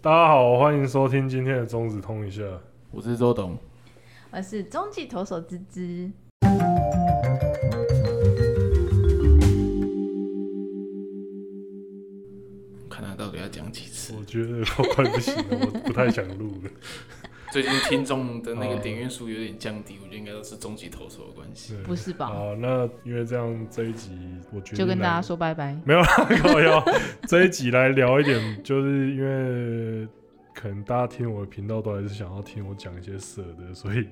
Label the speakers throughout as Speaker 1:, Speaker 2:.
Speaker 1: 大家好，欢迎收听今天的中指通一下。
Speaker 2: 我是周董，
Speaker 3: 我是中继投手芝芝。
Speaker 2: 看他到底要讲几次。
Speaker 1: 我觉得我快不行了，我不太想录 了。
Speaker 2: 最近听众的那个
Speaker 1: 哦
Speaker 2: 点阅数有点降低，我觉得应该都是终极投手的关系。
Speaker 1: 对
Speaker 3: 不是吧
Speaker 1: 好，那因为这样这一集，我决定
Speaker 3: 就跟
Speaker 1: 来
Speaker 3: 大家说拜拜。
Speaker 1: 没有啦，靠腰。这一集来聊一点，就是因为可能大家听我的频道都还是想要听我讲一些色的，所以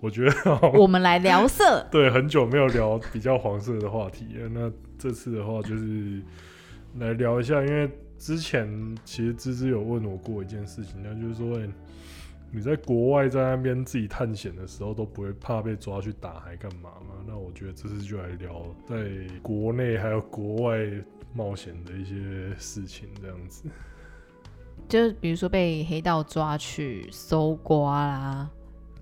Speaker 1: 我觉得 好像，
Speaker 3: 我们来聊色
Speaker 1: 对很久没有聊比较黄色的话题了。那这次的话就是来聊一下，因为之前其实芝芝有问我过一件事情，那就是说、欸你在国外在那边自己探险的时候都不会怕被抓去打还干嘛吗？那我觉得这次就来聊在国内还有国外冒险的一些事情，这样子。
Speaker 3: 就是比如说被黑道抓去搜刮啦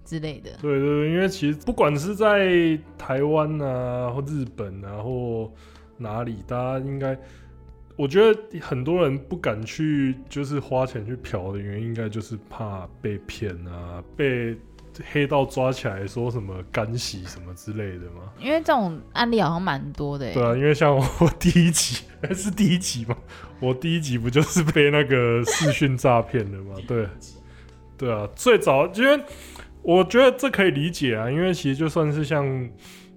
Speaker 3: 之类的。
Speaker 1: 对对对，因为其实不管是在台湾啊，或日本啊，或哪里，大家应该，我觉得很多人不敢去，就是花钱去嫖的原因，应该就是怕被骗啊，被黑道抓起来说什么干洗什么之类的嘛。
Speaker 3: 因为这种案例好像蛮多的、欸，
Speaker 1: 对啊，因为像我我第一集是第一集嘛，我第一集不就是被那个视讯诈骗的嘛？啊对，对啊，最早因为我觉得这可以理解啊，因为其实就算是像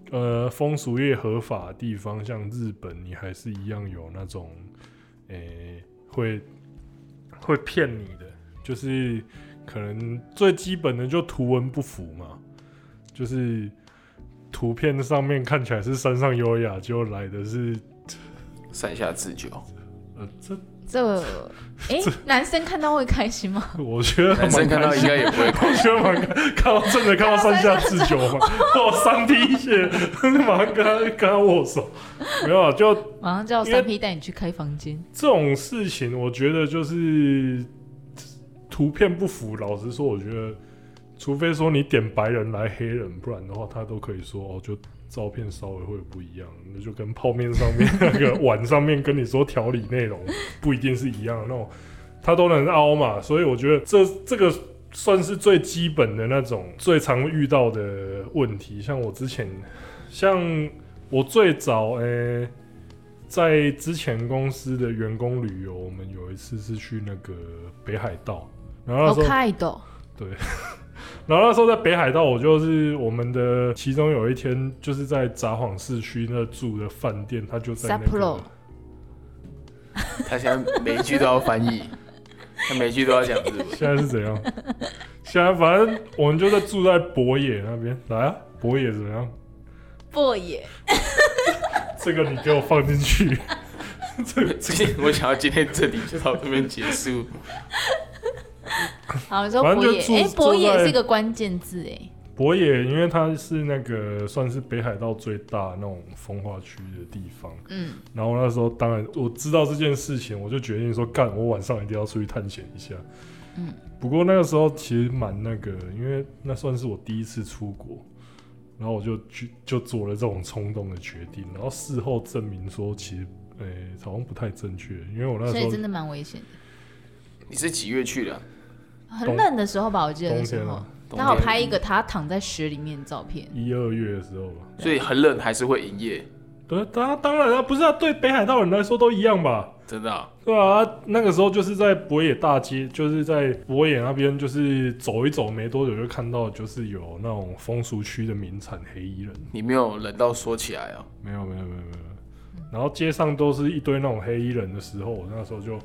Speaker 1: 呃风俗业合法的地方，像日本，你还是一样有那种诶、会会骗你的，就是可能最基本的就图文不符嘛，就是。图片上面看起来是山上优雅，结果来的是
Speaker 2: 山下智久，
Speaker 1: 呃，这
Speaker 3: 这个，哎、男生看到会开心吗？
Speaker 1: 我觉得
Speaker 2: 男生
Speaker 1: 蛮
Speaker 2: 看到
Speaker 1: 开
Speaker 2: 应
Speaker 1: 心，
Speaker 2: 该也不会
Speaker 1: 我觉得蛮开看到真的看到山下智久嘛，哦我上第一线，马上跟他跟他握手，没有啊，就
Speaker 3: 马上叫
Speaker 1: 因为
Speaker 3: 三 P 带你去开房间，
Speaker 1: 这种事情，我觉得就是图片不符。老实说，我觉得，除非说你点白人来黑人，不然的话，他都可以说哦，就照片稍微会不一样，那就跟泡面上面那个碗上面跟你说调理内容不一定是一样的那种，他都能凹嘛。所以我觉得这这个。算是最基本的那种最常遇到的问题，像我之前，像我最早诶、在之前公司的员工旅游，我们有一次是去那个北海道，然后那时候
Speaker 3: 哦，开的哦，
Speaker 1: 然后那时候在北海道，我就是我们的其中有一天就是在札幌市区那住的饭店，他就在那
Speaker 3: Sapporo
Speaker 1: 个
Speaker 2: 他现在每一句都要翻译，他每一句都要讲日文。
Speaker 1: 现在是怎样？ 现在反正我们就在住在博野那边，来啊，博野怎么样？
Speaker 3: 不也
Speaker 1: 这个你给我放进去， 这个
Speaker 2: 最近我想要今天这里就到这边结束。
Speaker 3: 好，你说
Speaker 1: 反正
Speaker 3: 博
Speaker 1: 就
Speaker 3: 野，
Speaker 1: 住
Speaker 3: 哎、博
Speaker 1: 住在
Speaker 3: 野是个关键字、哎，
Speaker 1: 博野，因为它是那个算是北海道最大那种风化区的地方。
Speaker 3: 嗯，
Speaker 1: 然后那时候当然我知道这件事情，我就决定说干，我晚上一定要出去探险一下。
Speaker 3: 嗯，
Speaker 1: 不过那个时候其实蛮那个，因为那算是我第一次出国，然后我就去就做了这种冲动的决定，然后事后证明说其实诶、好像不太正确，因为我那
Speaker 3: 所
Speaker 1: 时
Speaker 3: 以
Speaker 1: 候
Speaker 3: 真的蛮危险的。
Speaker 2: 你是几月去的啊？
Speaker 3: 很冷的时候吧，我记得
Speaker 1: 冬
Speaker 3: 那时
Speaker 1: 天
Speaker 3: 候
Speaker 1: 啊，，
Speaker 2: 冬
Speaker 3: 刚好
Speaker 2: 天
Speaker 3: 拍一个他躺在雪里面的照片。
Speaker 1: 一二月的时候吧。
Speaker 2: 所以很冷还是会营业，
Speaker 1: 对，当然当然啊，不是啊，对北海道人来说都一样吧。
Speaker 2: 真的啊、
Speaker 1: 对啊，那个时候就是在博野大街，就是在博野那边，就是走一走，没多久就看到就是有那种风俗区的名产黑衣人，
Speaker 2: 你没有冷到缩起来哦。
Speaker 1: 没有没有没有没有，然后街上都是一堆那种黑衣人的时候，我那时候就，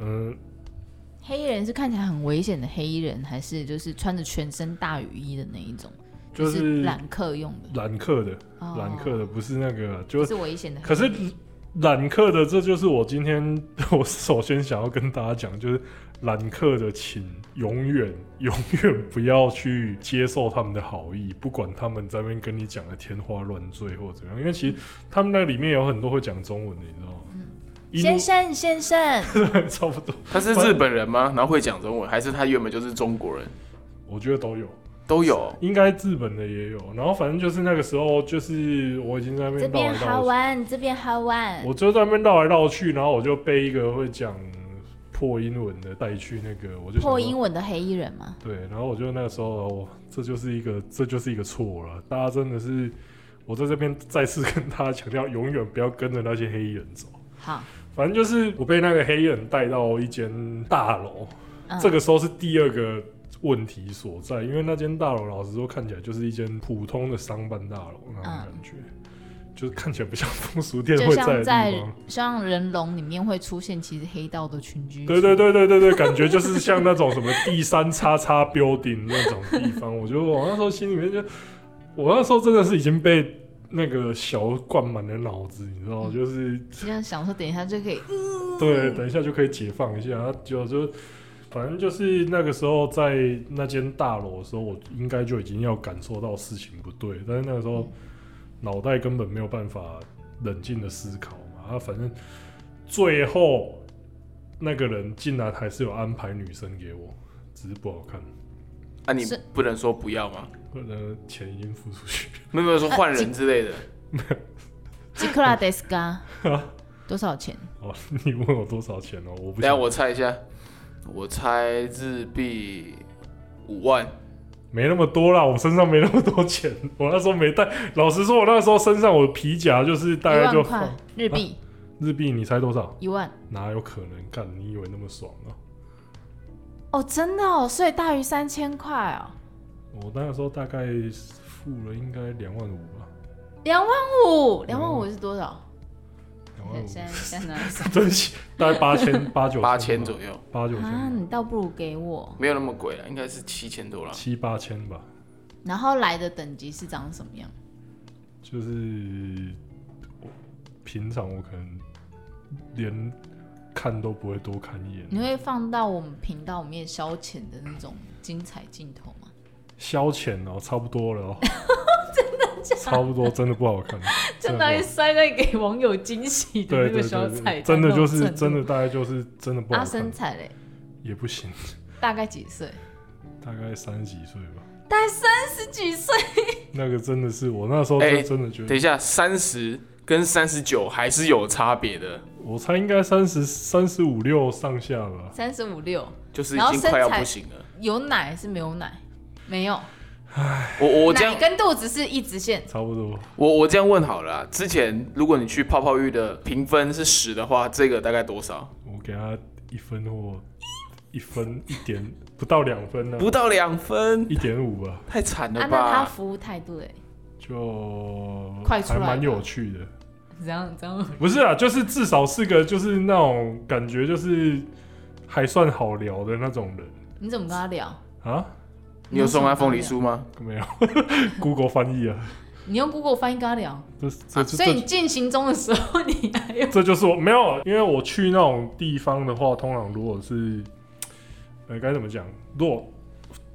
Speaker 1: 嗯，
Speaker 3: 黑衣人是看起来很危险的黑衣人，还是就是穿着全身大雨衣的那一种？
Speaker 1: 就
Speaker 3: 就是
Speaker 1: 是
Speaker 3: 揽客用的，
Speaker 1: 揽客的，
Speaker 3: 哦
Speaker 1: 揽客的不是那个，就
Speaker 3: 就是危险的黑衣
Speaker 1: 可
Speaker 3: 人。
Speaker 1: 是揽客的，这就是我今天 我首先想要跟大家讲，就是揽客的，请永远永远不要去接受他们的好意，不管他们在那边跟你讲的天花乱坠或怎么样，因为其实他们那里面有很多会讲中文的，你知道吗？
Speaker 3: 先
Speaker 1: 一
Speaker 3: 生，先生，
Speaker 1: 路 差不多，
Speaker 2: 他是日本人吗？然后会讲中文，还是他原本就是中国人？
Speaker 1: 我觉得都有，
Speaker 2: 都有。啊
Speaker 1: 应该日本的也有。然后反正就是那个时候，就是我已经在那
Speaker 3: 这
Speaker 1: 边
Speaker 3: 边
Speaker 1: 绕来
Speaker 3: 好
Speaker 1: 绕去，
Speaker 3: 玩，这边好玩。
Speaker 1: 我就在那边绕来绕去，然后我就被一个会讲破英文的带去那个，我就想说
Speaker 3: 破英文的黑衣人嘛，
Speaker 1: 对，然后我就那个时候，我这就是一个这就是一个错了，大家真的是，我在这边再次跟大家强调，永远不要跟着那些黑衣人走。
Speaker 3: 好，
Speaker 1: 反正就是我被那个黑衣人带到一间大楼，
Speaker 3: 嗯、
Speaker 1: 这个时候是第二个问题所在，因为那间大楼老实说看起来就是一间普通的商办大楼那种感觉，就是看起来不像风俗店
Speaker 3: 嗯就
Speaker 1: 会
Speaker 3: 像
Speaker 1: 的
Speaker 3: 在
Speaker 1: 地方。
Speaker 3: 像人龙里面会出现，其实黑道的群居，
Speaker 1: 对对，对对对对，感觉就是像那种什么第三叉叉 building 那种地方。我觉得我那时候心里面就，我那时候真的是已经被那个小灌满了脑子，你知道，就是
Speaker 3: 就像想说等一下就可以，
Speaker 1: 对，等一下就可以解放一下。啊就就反正就是那个时候在那间大楼的时候，我应该就已经要感受到事情不对，但是那个时候脑袋根本没有办法冷静的思考嘛。啊，反正最后那个人竟然还是有安排女生给我，只是不好看，
Speaker 2: 那、啊你
Speaker 3: 是
Speaker 2: 不能说不要吗？
Speaker 1: 可能钱已经付出去。
Speaker 2: 没有没有说换人之类的，
Speaker 3: 吉克拉德斯 卡多少钱？
Speaker 1: 哦，你问我多少钱哦？我不
Speaker 2: 等一下
Speaker 1: 想，
Speaker 2: 我猜一下，我猜日币五万，
Speaker 1: 没那么多啦，我身上没那么多钱。 我那时候没带，老实说，我那时候身上我的皮夹就是
Speaker 3: 一
Speaker 1: 大概就
Speaker 3: 万块日 币，
Speaker 1: 日币，你猜多少？
Speaker 3: 一万
Speaker 1: 哪有可能干？你以为那么爽啊？
Speaker 3: 哦，真的哦，所以大于三千块哦，
Speaker 1: 我那个时候大概付了应该两万五吧，
Speaker 3: 两万五，两万五是多少？
Speaker 1: 两万五，
Speaker 3: 现在现在拿 来算
Speaker 1: 真是大概八 千八九
Speaker 2: 八千左右，
Speaker 1: 八九
Speaker 3: 啊，
Speaker 1: 千吧
Speaker 3: 你倒不如给我。
Speaker 2: 没有那么贵了，应该是七千多了。
Speaker 1: 七八千吧，
Speaker 3: 然后来的等级是长什么样？
Speaker 1: 就是我平常我可能连看都不会多看一
Speaker 3: 你
Speaker 1: 眼，
Speaker 3: 会放到我们频道里面消遣的那种精彩镜头 吗？
Speaker 1: 消遣哦，差不多了哦，真的差不多，真的不好看，
Speaker 3: 就
Speaker 1: 真的不
Speaker 3: 拿
Speaker 1: 好
Speaker 3: 来
Speaker 1: 看
Speaker 3: 塞在给网友惊喜的
Speaker 1: 对
Speaker 3: 那
Speaker 1: 对
Speaker 3: 个小
Speaker 1: 对
Speaker 3: 彩
Speaker 1: 对，
Speaker 3: 蛋
Speaker 1: 真的
Speaker 3: 那种
Speaker 1: 就
Speaker 3: 程
Speaker 1: 是
Speaker 3: 度
Speaker 1: 真的，大概就是真的不
Speaker 3: 阿
Speaker 1: 好
Speaker 3: 身
Speaker 1: 看，
Speaker 3: 材嘞，
Speaker 1: 也不行，
Speaker 3: 大概几岁？
Speaker 1: 大概三十几岁吧。
Speaker 3: 大概三十几岁，
Speaker 1: 那个真的是我那时候
Speaker 2: 哎
Speaker 1: 就真的觉得，
Speaker 2: 等一下，三十跟三十九还是有差别的，
Speaker 1: 我猜应该三十三十五六上下吧。
Speaker 3: 三十五六，
Speaker 2: 就是已
Speaker 3: 然后
Speaker 2: 经快要
Speaker 3: 身材
Speaker 2: 不行了。
Speaker 3: 有奶是没有奶？没有，
Speaker 2: 我我这样
Speaker 3: 奶跟肚子是一直线。
Speaker 1: 差不多，
Speaker 2: 我我这样问好了啊、之前如果你去泡泡浴的评分是十的话，这个大概多少？
Speaker 1: 我给他一分或一分一点不到两分呢、
Speaker 2: 不到两分，
Speaker 1: 一点五吧，
Speaker 2: 太惨
Speaker 3: 啊，
Speaker 2: 了
Speaker 3: 那他
Speaker 2: 吧！
Speaker 3: 服务态度嘞？
Speaker 1: 就
Speaker 3: 快出
Speaker 1: 还
Speaker 3: 来
Speaker 1: 蛮
Speaker 3: 吧
Speaker 1: 有趣的。
Speaker 3: 怎样怎样？
Speaker 1: 不是啊，就是至少是个就是那种感觉就是还算好聊的那种人
Speaker 3: 你怎么跟他聊？
Speaker 1: 啊，
Speaker 2: 你有送他凤梨酥吗？
Speaker 1: 没有 Google 翻译啊，
Speaker 3: 你用 Google 翻译跟他聊，
Speaker 1: 这这这
Speaker 3: 啊所以
Speaker 1: 这
Speaker 3: 你进行中的时候， 你还有
Speaker 1: 这就是我没有，因为我去那种地方的话，通常如果是，呃，该怎么讲？如果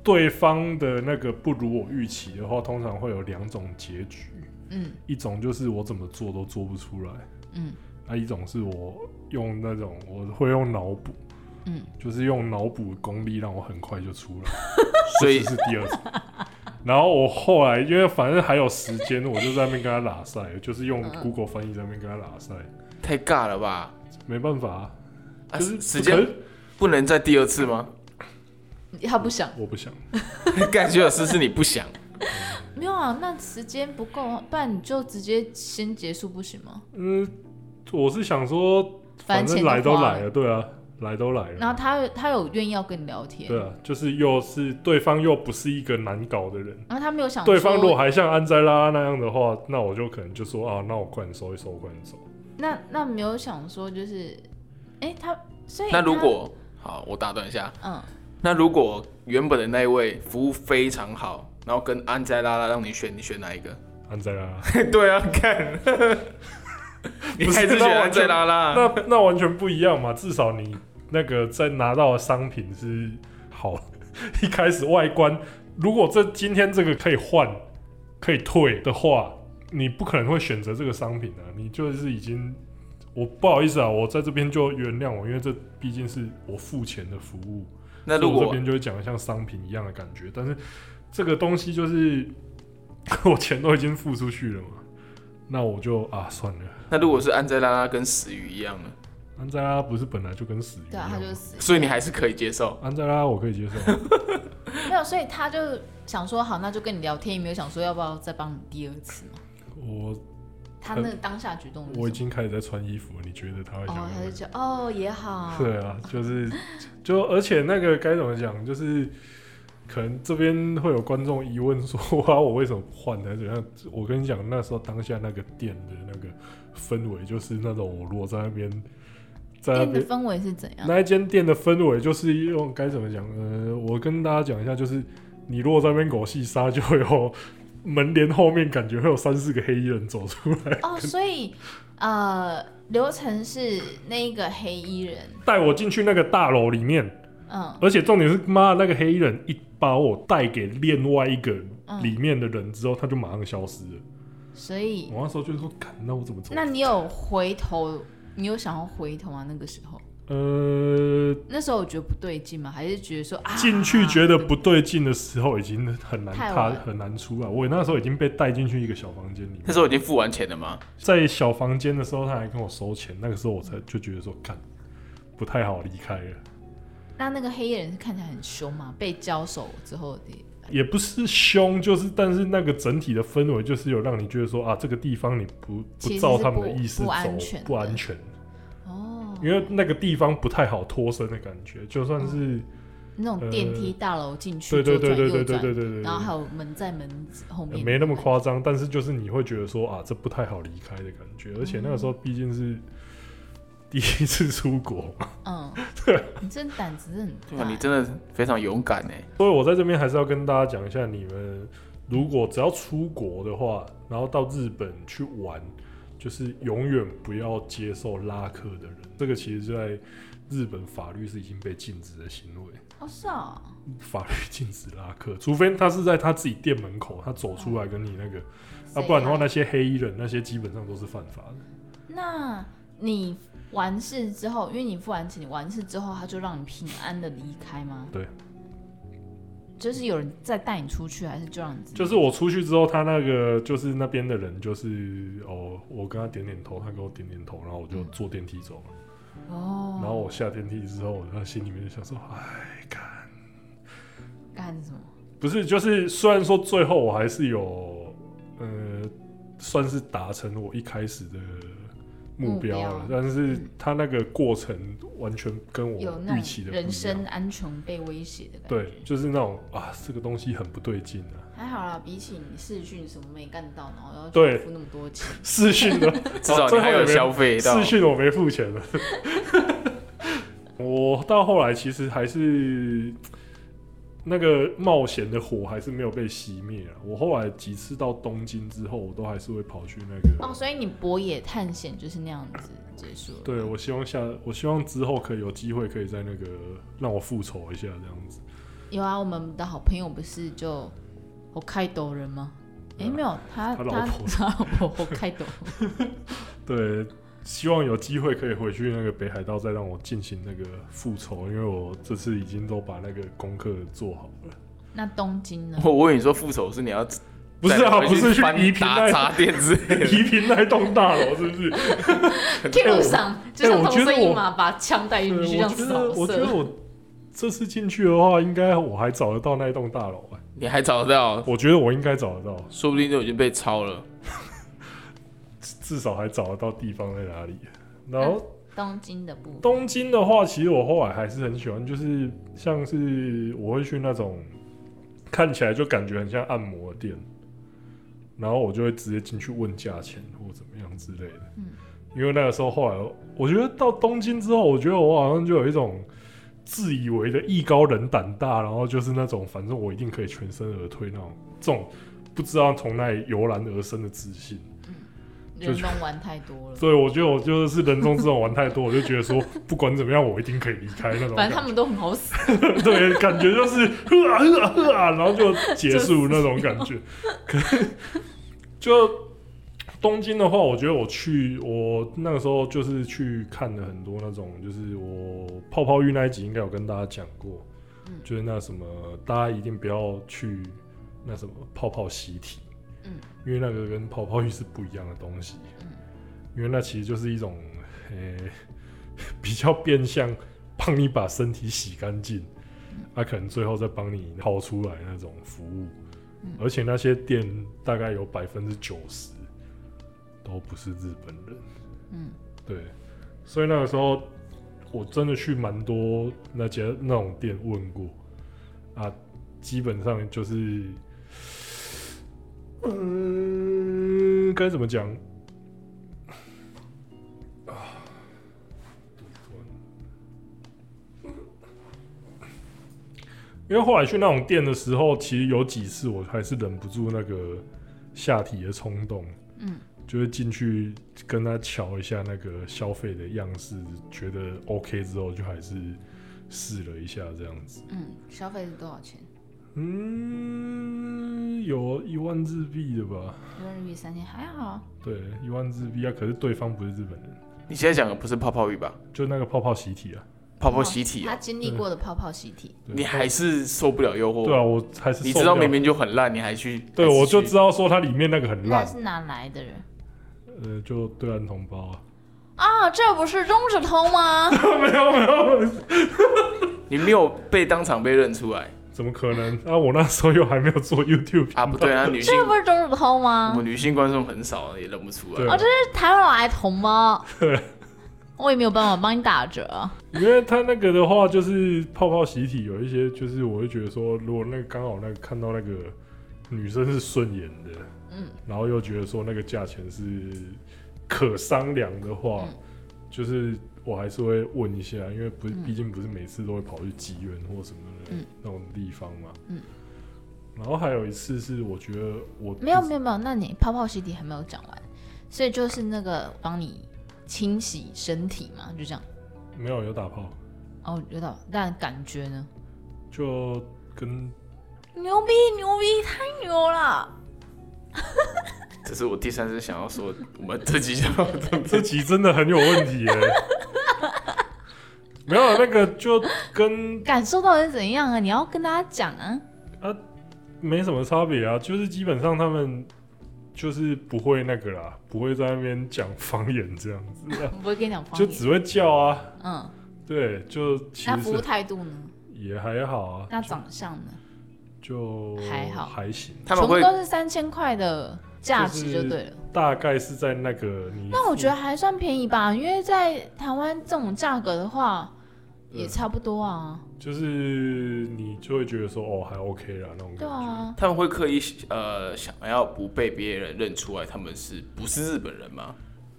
Speaker 1: 对方的那个不如我预期的话，通常会有两种结局，
Speaker 3: 嗯
Speaker 1: 一种就是我怎么做都做不出来，
Speaker 3: 嗯
Speaker 1: 啊，一种是我用那种我会用脑补，
Speaker 3: 嗯，
Speaker 1: 就是用脑补功力让我很快就出 来，
Speaker 2: 所以
Speaker 1: 这是第二种。然后我后来因为反正还有时间，我就在那边跟他拉塞，就是用
Speaker 3: 嗯嗯
Speaker 1: Google 翻译在那边跟他拉塞，
Speaker 2: 太尬了吧！
Speaker 1: 没办法啊、
Speaker 2: 啊
Speaker 1: 就是
Speaker 2: 时
Speaker 1: 不可
Speaker 2: 间不能再第二次吗？
Speaker 3: 他不想。
Speaker 1: 我不想，
Speaker 2: 感觉有事是你不想，
Speaker 3: 没有啊，那时间不够，啊不然你就直接先结束不行吗？
Speaker 1: 嗯，我是想说，
Speaker 3: 反
Speaker 1: 反
Speaker 3: 正
Speaker 1: 正来都
Speaker 3: 钱都花
Speaker 1: 来了，对啊，来都来
Speaker 3: 然
Speaker 1: 了，
Speaker 3: 后他他有愿意要跟你聊天，
Speaker 1: 对啊，就是又是对方又不是一个难搞的人，
Speaker 3: 然后他没有想
Speaker 1: 对方
Speaker 3: 啊说
Speaker 1: 如果还像安塞拉那样的话，那我就可能就说啊，那我快点收一收，我快点走。
Speaker 3: 那那没有想说就是，哎、他所以
Speaker 2: 那如
Speaker 3: 他
Speaker 2: 果好，我打断一下。
Speaker 3: 嗯
Speaker 2: 那如果原本的那一位服务非常好，然后跟安塞拉拉让你选，你选哪一 个？
Speaker 1: 安塞拉，
Speaker 2: 对啊，看， 你还是选安塞拉 啊拉？
Speaker 1: 那那完全不一样嘛，至少你那个在拿到的商品是好， 一开始外观，如果这今天这个可以换，可以退的话，你不可能会选择这个商品啊，你就是已经。我不好意思啊，我在这边就原谅我，因为这毕竟是我付钱的服务，
Speaker 2: 那如
Speaker 1: 所以我这
Speaker 2: 果
Speaker 1: 边就会讲得像商品一样的感觉。但是这个东西就是 我钱都已经付出去了嘛，那我就啊算了。
Speaker 2: 那如果是安塞拉拉跟死鱼一样呢？
Speaker 1: 安在拉不是本来就跟死鱼一
Speaker 3: 对啊，
Speaker 1: 样
Speaker 3: 他
Speaker 1: 吗？
Speaker 3: 就是死。
Speaker 2: 所以你还是可以接受。
Speaker 1: 安在拉我可以接受，
Speaker 3: 没有，所以他就想说好，那就跟你聊天，也没有想说要不要再帮你第二次嘛。
Speaker 1: 我
Speaker 3: 他那个当下举动是什么，
Speaker 1: 我已经开始在穿衣服了，你觉得他会想要
Speaker 3: 哦，
Speaker 1: 不
Speaker 3: 他
Speaker 1: 要
Speaker 3: 就觉得哦也好，
Speaker 1: 对啊，就是 就而且那个该怎么讲，就是可能这边会有观众疑问说，哇，我为什么不换还是怎样？我跟你讲，那时候当下那个店的那个氛围，就是那种我如果在那边，在那
Speaker 3: 店的
Speaker 1: 边
Speaker 3: 氛围啊是怎样？
Speaker 1: 那一间店的氛围，就是用该怎么讲？呃，我跟大家讲一下，就是你如果在那边狗戏杀，就会有门帘后面感觉会有三四个黑衣人走出来，
Speaker 3: 哦，所以呃，流程是那一个黑衣人，
Speaker 1: 带我进去那个大楼里面。
Speaker 3: 嗯
Speaker 1: 而且重点是，妈那个黑衣人一把我带给另外一个
Speaker 3: 嗯，
Speaker 1: 里面的人之后，他就马上消失了。
Speaker 3: 所以
Speaker 1: 我那时候就说：“看，那我怎么走？”
Speaker 3: 嗯那你有回头，你有想要回头吗？那个时候，
Speaker 1: 呃，
Speaker 3: 那时候我觉得不对劲吗？还是觉得说啊，
Speaker 1: 进去觉得不对劲的时候，已经很难
Speaker 3: 太
Speaker 1: 踏，
Speaker 3: 晚了嗯
Speaker 1: 很难出来。我那时候已经被带进去一个小房间里
Speaker 2: 那
Speaker 1: 面，
Speaker 2: 时候已经付完钱了嘛，
Speaker 1: 在小房间的时候，他还跟我收钱。那个时候我才就觉得说：“看，不太好离开了。”
Speaker 3: 那那个黑衣人是看起来很凶嘛？被交手之后的，
Speaker 1: 也不是凶，就是但是那个整体的氛围就是有让你觉得说啊，这个地方你不
Speaker 3: 其
Speaker 1: 不
Speaker 3: 实
Speaker 1: 照
Speaker 3: 是
Speaker 1: 他们的
Speaker 3: 不
Speaker 1: 意思
Speaker 3: 不
Speaker 1: 走
Speaker 3: 安全的
Speaker 1: 不安全，
Speaker 3: 哦，
Speaker 1: 因为那个地方不太好脱身的感觉，就算是、
Speaker 3: 那种电梯大楼进嗯去，
Speaker 1: 呃对对
Speaker 3: 左
Speaker 1: 对
Speaker 3: 转
Speaker 1: 对对
Speaker 3: 右
Speaker 1: 对
Speaker 3: 转，
Speaker 1: 对对对，
Speaker 3: 然后还有门在门后
Speaker 1: 呃
Speaker 3: 面，
Speaker 1: 没那么夸张，但是就是你会觉得说啊，这不太好离开的感觉，而且那个
Speaker 3: 嗯
Speaker 1: 时候毕竟是第一次出国 嘛，
Speaker 3: 嗯，你这胆子真
Speaker 2: 对啊
Speaker 3: 的
Speaker 2: 吧？你
Speaker 3: 很大。
Speaker 2: 真的非常勇敢 哎。
Speaker 1: 所以我在这边还是要跟大家讲一下，你们如果只要出国的话，然后到日本去玩，就是永远不要接受拉客的人。这个其实在日本法律是已经被禁止的行为，
Speaker 3: 哦，是哦，
Speaker 1: 法律禁止拉客，除非他是在他自己店门口，他走出来跟你那个，
Speaker 3: 谁
Speaker 1: 要、
Speaker 3: 啊
Speaker 1: 不然的话，那些黑衣人那些基本上都是犯法
Speaker 3: 嗯
Speaker 1: 的。
Speaker 3: 那你完事之后，因为你付完钱，你完事之后，他就让你平安的离开吗？
Speaker 1: 对。
Speaker 3: 就是有人再带你出去，还是就让你自己
Speaker 1: 就是我出去之后，他那个就是那边的人，就是哦，我跟他点点头，他跟我点点头，然后我就
Speaker 3: 嗯
Speaker 1: 坐电梯走了。
Speaker 3: 哦，
Speaker 1: 然后我下电梯之后，我在心里面就想说，哎，干，
Speaker 3: 干什么？
Speaker 1: 不是，就是虽然说最后我还是有，呃，算是达成我一开始的目标了，
Speaker 3: 目标
Speaker 1: 但是
Speaker 3: 嗯
Speaker 1: 他那个过程完全跟我
Speaker 3: 有那
Speaker 1: 预期的
Speaker 3: 种
Speaker 1: 不一
Speaker 3: 人身
Speaker 1: 样。
Speaker 3: 安全被威胁的感觉。
Speaker 1: 对，就是那种啊，这个东西很不对劲啊。
Speaker 3: 还好啦，比起你试训什么没干到，然后要
Speaker 1: 对
Speaker 3: 付那么多钱，
Speaker 1: 视讯的，
Speaker 2: 至少你还有消费到
Speaker 1: 私。讯我没付钱了。 我到后来其实还是那个冒险的火还是没有被熄灭啊。我后来几次到东京之后，我都还是会跑去那个。
Speaker 3: 哦，所以你博野探险就是那样子结束了。
Speaker 1: 对，我希望下，我希望之后可以有机会可以在那个让我复仇一下这样子。
Speaker 3: 有啊，我们的好朋友不是就我开斗人吗？哎、没有，他
Speaker 1: 啊他老婆
Speaker 3: 他他老婆我开斗，
Speaker 1: 对，希望有机会可以回去那个北海道，再让我进行那个复仇，因为我这次已经都把那个功课做好了。
Speaker 3: 那东京呢？
Speaker 2: 我问你说复仇是你要
Speaker 1: 不是啊，
Speaker 2: 再
Speaker 1: 不是去
Speaker 2: 翻
Speaker 1: 宜平
Speaker 2: 打
Speaker 1: 那
Speaker 2: 砸店之类的，
Speaker 1: 宜平那栋大楼是不是？
Speaker 3: Q 上就像
Speaker 1: 哎我
Speaker 3: 同
Speaker 1: 觉得
Speaker 3: 生一
Speaker 1: 我
Speaker 3: 马，把枪带进
Speaker 1: 对
Speaker 3: 去，
Speaker 1: 我
Speaker 3: 这样
Speaker 1: 觉得，
Speaker 3: 扫
Speaker 1: 我觉得
Speaker 3: 射。
Speaker 1: 我这次进去的话，应该我还找得到那栋大楼、欸。
Speaker 2: 你还找得到，
Speaker 1: 我觉得我应该找得到，
Speaker 2: 说不定就已经被抄了。
Speaker 1: 至少还找得到地方在哪里。然后
Speaker 3: 东京的部分，
Speaker 1: 东京的话，其实我后来还是很喜欢，就是像是我会去那种看起来就感觉很像按摩店，然后我就会直接进去问价钱或怎么样之类的。
Speaker 3: 嗯
Speaker 1: 因为那个时候后来，我觉得到东京之后，我觉得我好像就有一种自以为的艺高人胆大，然后就是那种反正我一定可以全身而退那种这种不知道从哪里油然而生的自信。就
Speaker 3: 人龙玩太多了，
Speaker 1: 所以我觉得我就是人中之龙玩太多，我就觉得说不管怎么样，我一定可以离开那种感
Speaker 3: 反正
Speaker 1: 觉。
Speaker 3: 他们都很 好死。
Speaker 1: 对，感觉就是呵啊呵啊呵啊，然后就结束那种感觉。可是就东京的话，我觉得我去我那个时候就是去看了很多那种，就是我泡泡浴那一集应该有跟大家讲过，
Speaker 3: 嗯
Speaker 1: 就是那什么大家一定不要去那什么泡泡习体，
Speaker 3: 嗯
Speaker 1: 因为那个跟泡泡浴是不一样的东西，
Speaker 3: 嗯
Speaker 1: 因为那其实就是一种呃、 比较变相帮你把身体洗干净，他、可能最后再帮你跑出来那种服务，
Speaker 3: 嗯
Speaker 1: 而且那些店大概有百分之九十都不是日本人，
Speaker 3: 嗯，
Speaker 1: 对，所以那个时候我真的去蛮多那家那种店问过，啊，基本上就是，嗯，该怎么讲？啊因为后来去那种店的时候，其实有几次我还是忍不住那个下体的冲动，
Speaker 3: 嗯，
Speaker 1: 就会进去跟他瞧一下那个消费的样式，觉得 OK 之后，就还是试了一下这样子。
Speaker 3: 嗯，消费是多少钱？
Speaker 1: 嗯，有一万日币的吧？
Speaker 3: 一万日币三千，还好。
Speaker 1: 对，一万日币啊，可是对方不是日本人，
Speaker 2: 你现在讲的不是泡泡浴吧？
Speaker 1: 就那个泡泡习体啊。
Speaker 2: 泡泡习体
Speaker 3: 他
Speaker 2: 啊，
Speaker 3: 经历过的泡泡习体，
Speaker 1: 对
Speaker 2: 你还是受不了诱惑。
Speaker 1: 对啊，我还是
Speaker 2: 你
Speaker 1: 受
Speaker 2: 知道
Speaker 1: 不了
Speaker 2: 明明就很烂，你还去？
Speaker 1: 对，
Speaker 2: 还是
Speaker 1: 我就
Speaker 2: 去
Speaker 1: 知道说它里面那个很
Speaker 3: 那
Speaker 1: 嗯 烂，
Speaker 3: 是哪来的人？
Speaker 1: 呃，就对岸同胞啊，
Speaker 3: 啊，这不是中指通吗？
Speaker 1: 没有没有，
Speaker 2: 你没有被当场被认出来
Speaker 1: 怎么可能？啊，我那时候又还没有做 YouTube
Speaker 2: 啊？不对啊，女性
Speaker 3: 这不是中指通
Speaker 2: 我
Speaker 3: 吗？
Speaker 2: 们女性观众很少，也认不出
Speaker 1: 对
Speaker 2: 来。
Speaker 3: 哦，这是台湾来的 同胞。我也没有办法帮你打折。
Speaker 1: 因为它那个的话，就是泡泡习体有一些，就是我会觉得说，如果那个刚好那个看到那个女生是顺眼的，
Speaker 3: 嗯，
Speaker 1: 然后又觉得说那个价钱是可商量的话，
Speaker 3: 嗯
Speaker 1: 就是我还是会问一下，因为不是，
Speaker 3: 嗯
Speaker 1: 毕竟不是每次都会跑去妓院或什么的、
Speaker 3: 嗯
Speaker 1: 那种地方嘛。
Speaker 3: 嗯。
Speaker 1: 然后还有一次是，我觉得我
Speaker 3: 没有没有没有，那你泡泡习体还没有讲完，所以就是那个帮你清洗身体嘛，就这样。
Speaker 1: 没有有打炮，
Speaker 3: 哦，有道，但感觉呢？
Speaker 1: 就跟
Speaker 3: 牛逼牛逼，太牛了！
Speaker 2: 这是我第三次想要说，我们这集就
Speaker 1: 这集真的很有问题耶、 没有那个就跟
Speaker 3: 感受到底是怎样啊？你要跟大家讲啊。
Speaker 1: 没什么差别啊，就是基本上他们就是不会那个啦，不会在那边讲方言这样 子、啊，
Speaker 3: 我不会跟你讲方
Speaker 1: 就
Speaker 3: 言。
Speaker 1: 只会叫啊。
Speaker 3: 嗯，
Speaker 1: 对，就其
Speaker 3: 那
Speaker 1: 实
Speaker 3: 服务
Speaker 1: 是
Speaker 3: 态度呢？
Speaker 1: 也还好啊，
Speaker 3: 那长相呢？
Speaker 1: 就
Speaker 3: 还好
Speaker 1: 还行，
Speaker 2: 他们会
Speaker 3: 全部都是三千块的价值
Speaker 1: 就是
Speaker 3: 就对了。
Speaker 1: 大概是在那个你。
Speaker 3: 那我觉得还算便宜吧，因为在台湾这种价格的话，
Speaker 1: 嗯
Speaker 3: 也差不多啊。
Speaker 1: 就是你就会觉得说哦还 OK 啦那种感
Speaker 3: 对
Speaker 1: 觉。
Speaker 3: 啊，
Speaker 2: 他们会刻意呃想要不被别人认出来，他们是不是日本人吗？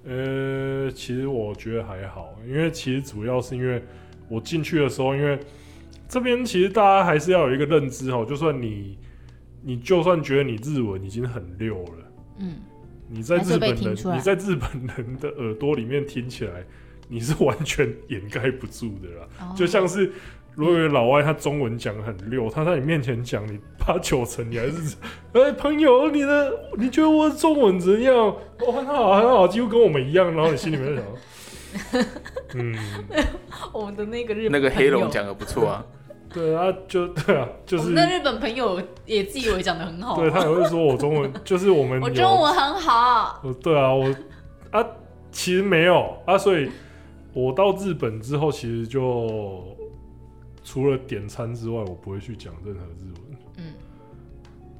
Speaker 1: 呃，其实我觉得还好，因为其实主要是因为我进去的时候，因为这边其实大家还是要有一个认知哦，就算你你就算觉得你日文已经很溜了，
Speaker 3: 嗯，
Speaker 1: 你在
Speaker 3: 还是
Speaker 1: 日本
Speaker 3: 被
Speaker 1: 人
Speaker 3: 听出来
Speaker 1: 你在日本人的耳朵里面听起来，你是完全掩盖不住的啦。
Speaker 3: 哦
Speaker 1: 就像是如果有老外他中文讲得很溜，他在你面前讲，你八九成你还是，哎、朋友，你的你觉得我的中文怎样？哦，很好，很好，几乎跟我们一样。然后你心里面就想， 嗯，
Speaker 3: 我们的那个日
Speaker 2: 那个黑
Speaker 3: 朋
Speaker 2: 龙
Speaker 3: 友，
Speaker 2: 讲的不 错啊，
Speaker 1: 对啊，就对啊，就
Speaker 3: 我
Speaker 1: 是
Speaker 3: 们的日本朋友也自以为讲的很好啊，
Speaker 1: 对他也会说我中文，就是我们
Speaker 3: 我
Speaker 1: 有
Speaker 3: 中文很好。
Speaker 1: 我对啊，我啊，其实没有啊，所以我到日本之后，其实就除了点餐之外，我不会去讲任何日文，
Speaker 3: 嗯，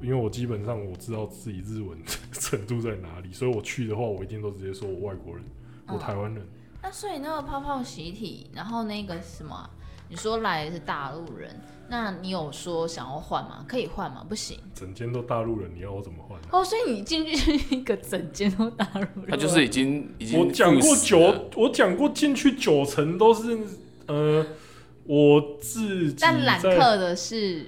Speaker 1: 因为我基本上我知道自己日文 程度在哪里，所以我去的话，我一定都直接说我外国人，我
Speaker 3: 嗯
Speaker 1: 台湾人。
Speaker 3: 那所以那个泡泡习体，然后那个什么啊，你说来的是大陆人，那你有说想要换吗？可以换吗？不行。
Speaker 1: 整间都大陆人，你要我怎么换、
Speaker 3: 哦，所以你进去就是一个整间都大陆 人，
Speaker 2: 他就是已经已经
Speaker 1: 我讲过
Speaker 2: 复死了
Speaker 1: 九，我讲过进去九成都是呃，我自己
Speaker 3: 但揽
Speaker 1: 在
Speaker 3: 客的是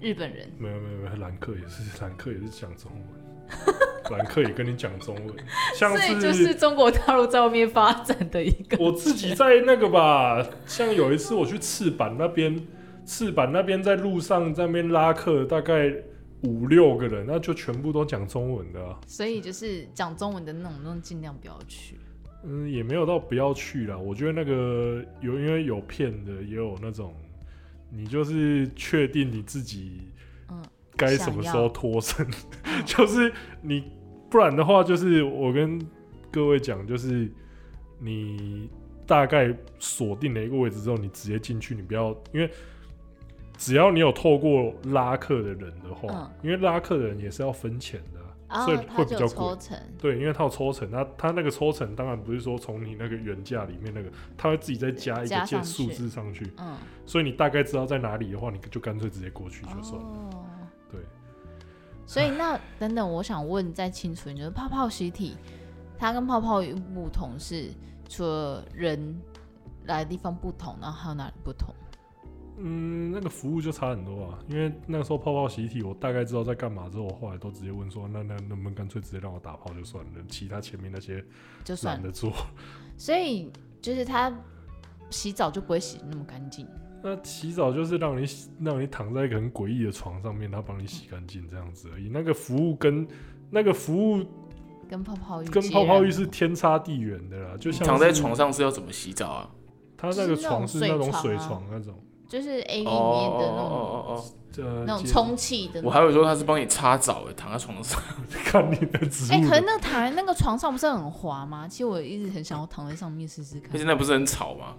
Speaker 3: 日本人，
Speaker 1: 没有没有没有，兰克也是兰克也是讲中文，兰克也跟你讲中文，像
Speaker 3: 所
Speaker 1: 是
Speaker 3: 以就是中国大陆在外面发展的一个。
Speaker 1: 我自己在那个吧，像有一次我去赤坂那边，赤坂那边在路上在那边拉客，大概五六个人，那就全部都讲中文的啊、
Speaker 3: 所以就是讲中文的那种，那种尽量不要去。
Speaker 1: 嗯，也没有到不要去啦。我觉得那个有，因为有骗的，也有那种，你就是确定你自己，
Speaker 3: 嗯，
Speaker 1: 该什么时候脱身， 就是你不然的话，就是我跟各位讲，就是你大概锁定了一个位置之后，你直接进去，你不要因为只要你有透过拉客的人的话，
Speaker 3: 嗯
Speaker 1: 因为拉客的人也是要分钱的啊、
Speaker 3: 啊
Speaker 1: 所以，
Speaker 3: 它
Speaker 1: 会比
Speaker 3: 就
Speaker 1: 较
Speaker 3: 有
Speaker 1: 贵
Speaker 3: 抽成，
Speaker 1: 对，因为他有抽成，那他那个抽成当然不是说从你那个原价里面那个，他会自己再加一
Speaker 3: 加
Speaker 1: 个件
Speaker 3: 上去
Speaker 1: 数字上去，
Speaker 3: 嗯，
Speaker 1: 所以你大概知道在哪里的话，你就干脆直接过去就算了。
Speaker 3: 哦。
Speaker 1: 对，
Speaker 3: 所以那等等，我想问再清楚一点，就是泡泡实体，它跟泡泡与不同是除了人来的地方不同，然后还有哪里不同？
Speaker 1: 嗯，那个服务就差很多啊，因为那时候泡泡习体，我大概知道在干嘛之后，我后来都直接问说，那那能不能干脆直接让我打炮就算了，其他前面那些
Speaker 3: 就算
Speaker 1: 懒
Speaker 3: 了，
Speaker 1: 得做。
Speaker 3: 所以就是它洗澡就不会洗那么干净，
Speaker 1: 那洗澡就是让你洗让你躺在一个很诡异的床上面，他帮你洗干净这样子而已。那个服务跟那个服务
Speaker 3: 跟泡泡浴
Speaker 1: 跟
Speaker 3: 截
Speaker 1: 泡泡浴
Speaker 3: 然
Speaker 1: 是
Speaker 3: 不
Speaker 1: 天差地远的啦，就像
Speaker 2: 嗯躺在
Speaker 1: 是
Speaker 2: 床上是要怎么洗澡啊？
Speaker 1: 他那个
Speaker 3: 就是那种
Speaker 1: 床是那种
Speaker 3: 睡
Speaker 1: 水
Speaker 3: 床啊
Speaker 1: 床那种，
Speaker 3: 同就是 A 里面
Speaker 2: 哦
Speaker 3: 的那种、
Speaker 2: 哦哦哦哦！
Speaker 1: 呃，
Speaker 3: 那种
Speaker 1: 接
Speaker 3: 充气的那
Speaker 2: 我
Speaker 3: 种。
Speaker 2: 还以为说他是帮你擦澡的，躺在床上。
Speaker 1: 看你的植
Speaker 3: 哎、
Speaker 1: 物
Speaker 3: 可是
Speaker 1: 的。
Speaker 3: 那个躺在那个床上不是很滑吗？其实我一直很想要躺在上面试试看
Speaker 2: 而且。那不是很吵吗？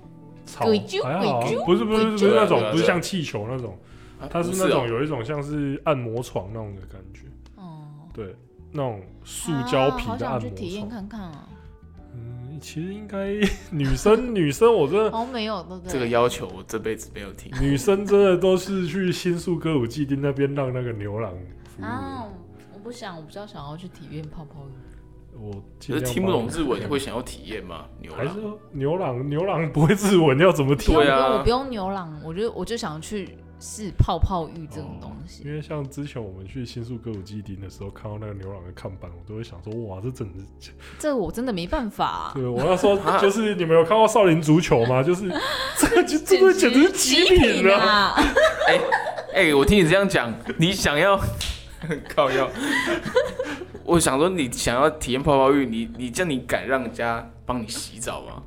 Speaker 1: 草
Speaker 3: 鬼啾
Speaker 1: 还好啊
Speaker 3: 鬼，
Speaker 1: 不是不是
Speaker 3: 鬼
Speaker 1: 不
Speaker 3: 啾
Speaker 1: 是那种
Speaker 2: 对啊对啊
Speaker 1: 不是像气球那种。
Speaker 2: 啊
Speaker 1: 它是
Speaker 2: 不
Speaker 1: 那种
Speaker 2: 哦
Speaker 1: 有一种像是按摩床那种的感觉，
Speaker 3: 哦，
Speaker 1: 对，那种塑胶皮
Speaker 3: 啊好
Speaker 1: 的
Speaker 3: 想
Speaker 1: 按
Speaker 3: 去
Speaker 1: 摩
Speaker 3: 体验
Speaker 1: 床。
Speaker 3: 看看啊！
Speaker 1: 嗯，其实应该女生女生我真的
Speaker 3: 好像哦没有，对不对？
Speaker 2: 这个要求我这辈子没有听。
Speaker 1: 女生真的都是去新宿歌舞伎町那边让那个牛郎服务
Speaker 3: 啊
Speaker 1: 的。，
Speaker 3: 我不想，我比较想要去体验泡泡浴。
Speaker 1: 我尽
Speaker 2: 可是
Speaker 1: 量
Speaker 2: 听不懂
Speaker 1: 帮
Speaker 2: 日文，你会想要体验吗？牛
Speaker 1: 还
Speaker 2: 郎
Speaker 1: 是牛郎牛郎不会日文要怎么体
Speaker 2: 对
Speaker 1: 验？
Speaker 2: 啊
Speaker 3: 我不用牛郎，我就我就想去试泡泡浴这种东
Speaker 1: 哦
Speaker 3: 西。
Speaker 1: 因为像之前我们去新宿歌舞伎町的时候，看到那个牛郎的看板，我都会想说，哇，这 整
Speaker 3: 这我真的没办法、
Speaker 1: 对，我要说
Speaker 2: 啊
Speaker 1: 就是你们有看过《少林足球》吗？就是 这个就 这个简直是极品
Speaker 3: 极
Speaker 1: 啊！
Speaker 3: 啊！
Speaker 2: 哎、我听你这样讲，你想要 靠腰， 我想说你想要体验泡泡浴，你你这样你敢让人家帮你洗澡吗？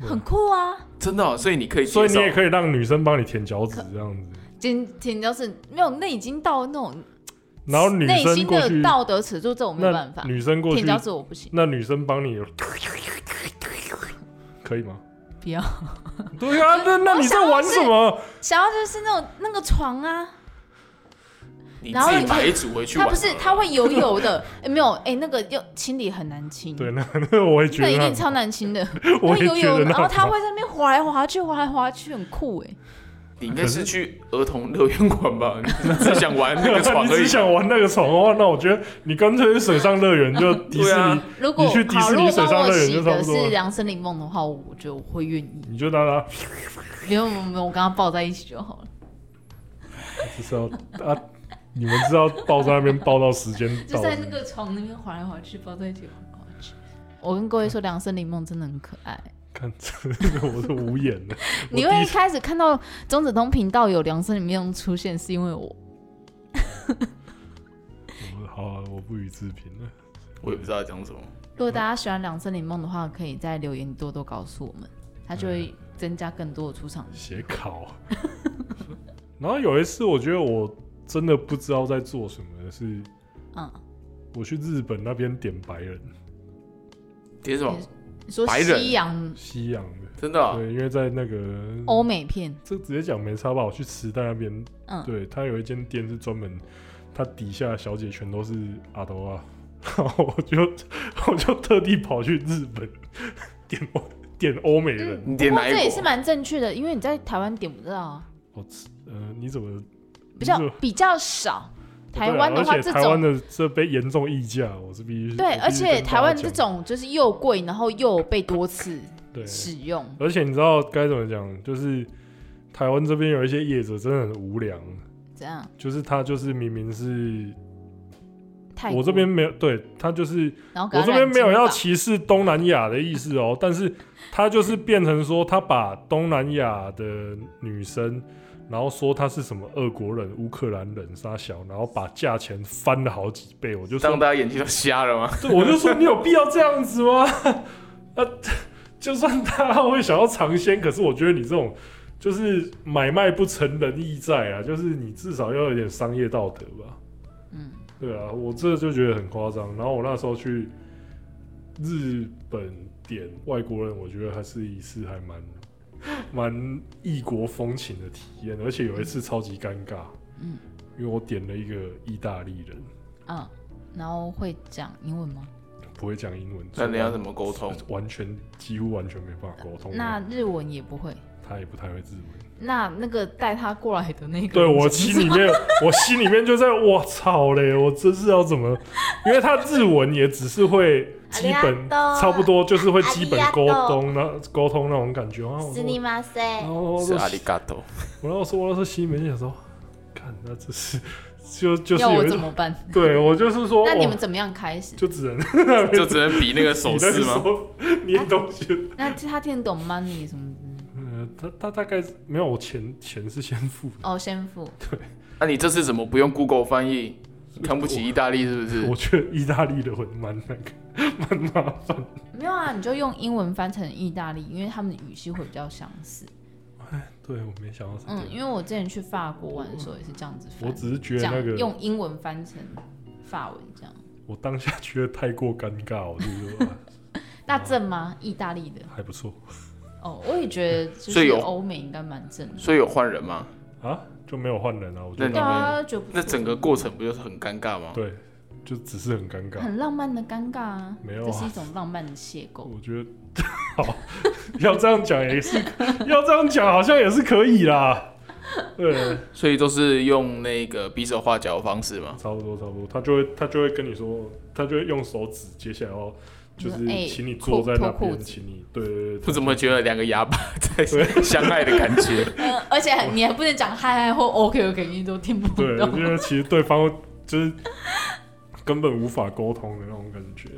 Speaker 3: 很酷啊！
Speaker 2: 真的哦、所以你可以
Speaker 1: 所
Speaker 2: 接
Speaker 1: 以你
Speaker 2: 受
Speaker 1: 也可以让女生帮你舔脚趾这样子，
Speaker 3: 简简直是没有，那已经到那种
Speaker 1: 然后女
Speaker 3: 内
Speaker 1: 生
Speaker 3: 心
Speaker 1: 过去
Speaker 3: 的，道德尺度，这我没有办
Speaker 1: 那
Speaker 3: 法。
Speaker 1: 女生过去
Speaker 3: 舔，脚趾我不行，
Speaker 1: 那女生帮你，可以吗？
Speaker 3: 不要。
Speaker 1: 对啊，那那你在玩什 么？
Speaker 3: 想要就是那种那个床啊，
Speaker 2: 你
Speaker 3: 然后
Speaker 2: 自
Speaker 3: 你
Speaker 2: 己买一组回去
Speaker 3: 它
Speaker 2: 玩。
Speaker 3: 不是它，会油油的， 哎没有哎，那个又清理很难清，
Speaker 1: 对，那那我也觉
Speaker 3: 那一
Speaker 1: 得
Speaker 3: 定
Speaker 1: 那，
Speaker 3: 超难清的，
Speaker 1: 我也
Speaker 3: 油
Speaker 1: 觉
Speaker 3: 油
Speaker 1: 得
Speaker 3: 的，然后
Speaker 1: 那
Speaker 3: 它会在那边滑来滑去，滑来滑去，很酷哎。
Speaker 2: 你应该是去儿童乐园馆 吧？你只想玩那个床
Speaker 1: 你
Speaker 2: 而
Speaker 1: 只
Speaker 2: 已。
Speaker 1: 想玩那个床的话，那我觉得你干脆去水上乐园 就迪
Speaker 2: 对
Speaker 1: 士
Speaker 2: 啊
Speaker 1: 尼，
Speaker 3: 如果
Speaker 1: 你去迪士尼
Speaker 3: 好，如果
Speaker 1: 水上
Speaker 3: 帮我
Speaker 1: 乐园
Speaker 3: 洗
Speaker 1: 就差
Speaker 3: 的
Speaker 1: 不多了
Speaker 3: 是杨森林梦的话，我就会愿意。
Speaker 1: 你就让他
Speaker 3: 没有没有没有，我跟他抱在一起就好 了。
Speaker 1: 就是要啊，你们知道抱在那边抱到时间
Speaker 3: 就
Speaker 1: 到，
Speaker 3: 在那个床那边滑来滑去，抱在一起滑来滑去。我跟各位说，《梁森林梦》真的很可爱。
Speaker 1: 看这个 我是无言 的。我
Speaker 3: 你
Speaker 1: 第
Speaker 3: 会
Speaker 1: 一
Speaker 3: 一开始看到钟子通频道有《梁森林梦》出现，是因为我
Speaker 1: 我好啊，我不予置评了。
Speaker 2: 我也不知道讲什么。
Speaker 3: 如果大家喜欢《梁森林梦》的话，可以在留言多多告诉我们，它就会增加更多的出场。
Speaker 1: 写考。 然后有一次，我觉得我真的不知道在做什么，是
Speaker 3: 嗯，
Speaker 1: 我去日本那边点白人
Speaker 2: 点什么？
Speaker 3: 你说
Speaker 2: 白人
Speaker 3: 西洋
Speaker 1: 西洋的，
Speaker 2: 真的哦、
Speaker 1: 对，因为在那个
Speaker 3: 欧美片，
Speaker 1: 这直接讲没差吧，我去池袋那边，
Speaker 3: 嗯
Speaker 1: 对，他有一间店是专门，他底下的小姐全都是阿斗啊，然后我就我就特地跑去日本点欧点欧美人，
Speaker 2: 你
Speaker 3: 不
Speaker 2: 点
Speaker 3: 过
Speaker 2: 哪一
Speaker 3: 这
Speaker 2: 国？
Speaker 3: 也是蛮正确的，因为你在台湾点不到啊，
Speaker 1: 我吃，呃，你怎么
Speaker 3: 比较
Speaker 1: 你怎么
Speaker 3: 比较少。
Speaker 1: 对啊
Speaker 3: 台湾的话，
Speaker 1: 而且
Speaker 3: 这
Speaker 1: 台湾
Speaker 3: 种
Speaker 1: 的这被严重溢价，哦我是必须
Speaker 3: 对，
Speaker 1: 我
Speaker 3: 而
Speaker 1: 必须
Speaker 3: 且
Speaker 1: 跟大家
Speaker 3: 台湾
Speaker 1: 讲
Speaker 3: 这种就是又贵，然后又被多次
Speaker 1: 对，
Speaker 3: 使用，
Speaker 1: 而且你知道该怎么讲，就是台湾这边有一些业者真的很无良，
Speaker 3: 这样
Speaker 1: 就是他就是明明是
Speaker 3: 太
Speaker 1: 我这
Speaker 3: 多
Speaker 1: 边，没有，对他就是
Speaker 3: 然后给
Speaker 1: 我
Speaker 3: 它
Speaker 1: 这边
Speaker 3: 染
Speaker 1: 没有
Speaker 3: 金
Speaker 1: 要
Speaker 3: 吧
Speaker 1: 歧视东南亚的意思哦，但是他就是变成说，他把东南亚的女生，然后说她是什么俄国人、乌克兰人、沙小，然后把价钱翻了好几倍，我就说
Speaker 2: 让，大家眼睛都瞎了吗？
Speaker 1: 对我就说你有必要这样子吗？啊，就算大家会想要尝鲜，可是我觉得你这种就是买卖不成仁义在啊，就是你至少要有点商业道德吧。
Speaker 3: 嗯，
Speaker 1: 对啊，我这就觉得很夸张。然后我那时候去日本点，外国人我觉得还是一次还蛮 蛮异国风情的体验，而且有一次超级尴尬，
Speaker 3: 嗯
Speaker 1: 因为我点了一个意大利人，
Speaker 3: 嗯，然后会讲英文吗？
Speaker 1: 不会讲英文，
Speaker 2: 那你要怎么沟通？
Speaker 1: 完全几乎完全没办法沟通，
Speaker 3: 那日文也不会。
Speaker 1: 他也不太会日文。
Speaker 3: 那那个带他过来的那个人
Speaker 1: 对我
Speaker 3: 怎么
Speaker 1: 心里 面，我心里面就在我操嘞，我真是要怎么？因为他日文也只是会基本，
Speaker 4: ありがとう
Speaker 1: 差不多就是会基本沟
Speaker 4: ありがと
Speaker 1: 通那沟通那种感觉啊。 我
Speaker 4: すみ
Speaker 1: 说
Speaker 4: ませ
Speaker 1: 然
Speaker 4: ん。
Speaker 1: 后我
Speaker 2: 是啊
Speaker 1: 说
Speaker 2: 阿里嘎多，
Speaker 1: 我然后说，我那时候心里面就想说，看那这是就 就是
Speaker 3: 要
Speaker 1: 有
Speaker 3: 我
Speaker 1: 一
Speaker 3: 怎
Speaker 1: 种，
Speaker 3: 么办？
Speaker 1: 对我就是说，
Speaker 3: 那你
Speaker 1: 哇
Speaker 3: 们怎么样开始？
Speaker 1: 就只能
Speaker 2: 就只能比那个手势吗？
Speaker 1: 你的手捏东西，
Speaker 3: 那他听得懂 money 什么的？
Speaker 1: 嗯，他他大概没有我钱钱是先付的，
Speaker 3: 哦，先付。
Speaker 2: 那你这次怎么不用 Google 翻译？看不起意大利是不是
Speaker 1: 我？觉得意大利的会蛮那个蛮麻烦的。
Speaker 3: 没有啊，你就用英文翻成意大利，因为他们的语系会比较相似。
Speaker 1: 对，我没想到是这
Speaker 3: 嗯，因
Speaker 1: 样。
Speaker 3: 为我之前去法国玩的时候也是这样子
Speaker 1: 我
Speaker 3: 翻，
Speaker 1: 只是觉
Speaker 3: 这
Speaker 1: 得
Speaker 3: 样
Speaker 1: 那个，
Speaker 3: 用英文翻成法文这样。
Speaker 1: 我当下觉得太过尴尬，我就说、啊、
Speaker 3: 那正吗？意大利的
Speaker 1: 还不错
Speaker 3: 哦，我也觉得就
Speaker 2: 所以
Speaker 3: 是
Speaker 2: 有
Speaker 3: 欧美应该蛮正的。
Speaker 2: 所以有换人吗？
Speaker 1: 啊，就没有换人啊，我觉
Speaker 2: 那你
Speaker 3: 对
Speaker 1: 得
Speaker 3: 啊，就不
Speaker 2: 那整个过程不就是很尴尬吗？
Speaker 1: 对，就只是很尴尬。
Speaker 3: 很浪漫的尴尬啊，
Speaker 1: 没有啊
Speaker 3: 这是一种浪漫的邂逅。
Speaker 1: 我觉得好，要这样讲也是，要这样讲好像也是可以啦。对，
Speaker 2: 所以都是用那个比手画脚的方式吗？
Speaker 1: 差不多差不多，他就会他就会跟你说，他就会用手指，接下来要就是
Speaker 3: 哎
Speaker 1: 请你坐
Speaker 3: 脱
Speaker 1: 在那
Speaker 3: 脱裤
Speaker 1: 边，
Speaker 3: 子
Speaker 1: 请你对对对，
Speaker 2: 我怎么觉得两个哑巴在
Speaker 1: 对
Speaker 2: 相爱的感觉？
Speaker 3: 嗯，而且你还不能讲嗨嗨或 OK OK，你都听不
Speaker 1: 对，
Speaker 3: 懂。
Speaker 1: 因为其实对方就是根本无法沟通的那种感觉，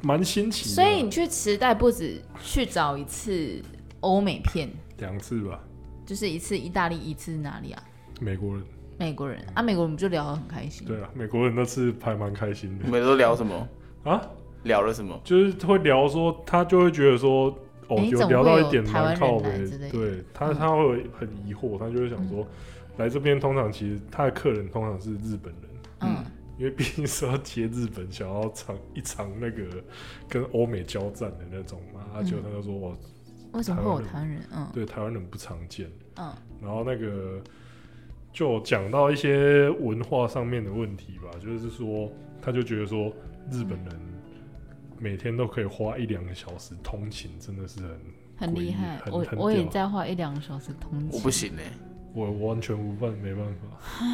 Speaker 1: 蛮新奇的。
Speaker 3: 所以你去池袋不止去找一次欧美片，
Speaker 1: 两次吧，
Speaker 3: 就是一次意大利，一次哪里啊？
Speaker 1: 美国人
Speaker 3: 美国人啊，美国人不就聊得很开心？
Speaker 1: 对啊，美国人那次还蛮开心
Speaker 2: 你
Speaker 1: 的
Speaker 2: 们都聊什么？
Speaker 1: 啊，
Speaker 2: 聊了什么？
Speaker 1: 就是会聊说，他就会觉得说，哦，
Speaker 3: 诶
Speaker 1: 有
Speaker 3: 怎么
Speaker 1: 聊到
Speaker 3: 会
Speaker 1: 一
Speaker 3: 有
Speaker 1: 点
Speaker 3: 台
Speaker 1: 蛮
Speaker 3: 湾
Speaker 1: 靠
Speaker 3: 人来
Speaker 1: 北
Speaker 3: 之类的
Speaker 1: 对他
Speaker 3: 嗯
Speaker 1: 他会有很疑惑，他就会想说，来这边通常其实他的客人通常是日本人。
Speaker 3: 嗯，
Speaker 1: 因为毕竟是要接日本，想要尝一尝那个跟欧美交战的那种嘛，啊，
Speaker 3: 嗯
Speaker 1: 结果他就说我
Speaker 3: 为什么会有台湾人？嗯
Speaker 1: 对台湾人不常见。
Speaker 3: 嗯，
Speaker 1: 然后那个就讲到一些文化上面的问题吧，就是说他就觉得说日本人每天都可以花一两个小时通勤，真的是很
Speaker 3: 很厉害。
Speaker 1: 很
Speaker 3: 我
Speaker 1: 很
Speaker 3: 我也
Speaker 1: 屌
Speaker 3: 在花一两个小时通
Speaker 2: 我
Speaker 3: 勤。
Speaker 2: 不行呢、欸
Speaker 1: 我我完全无办没办法。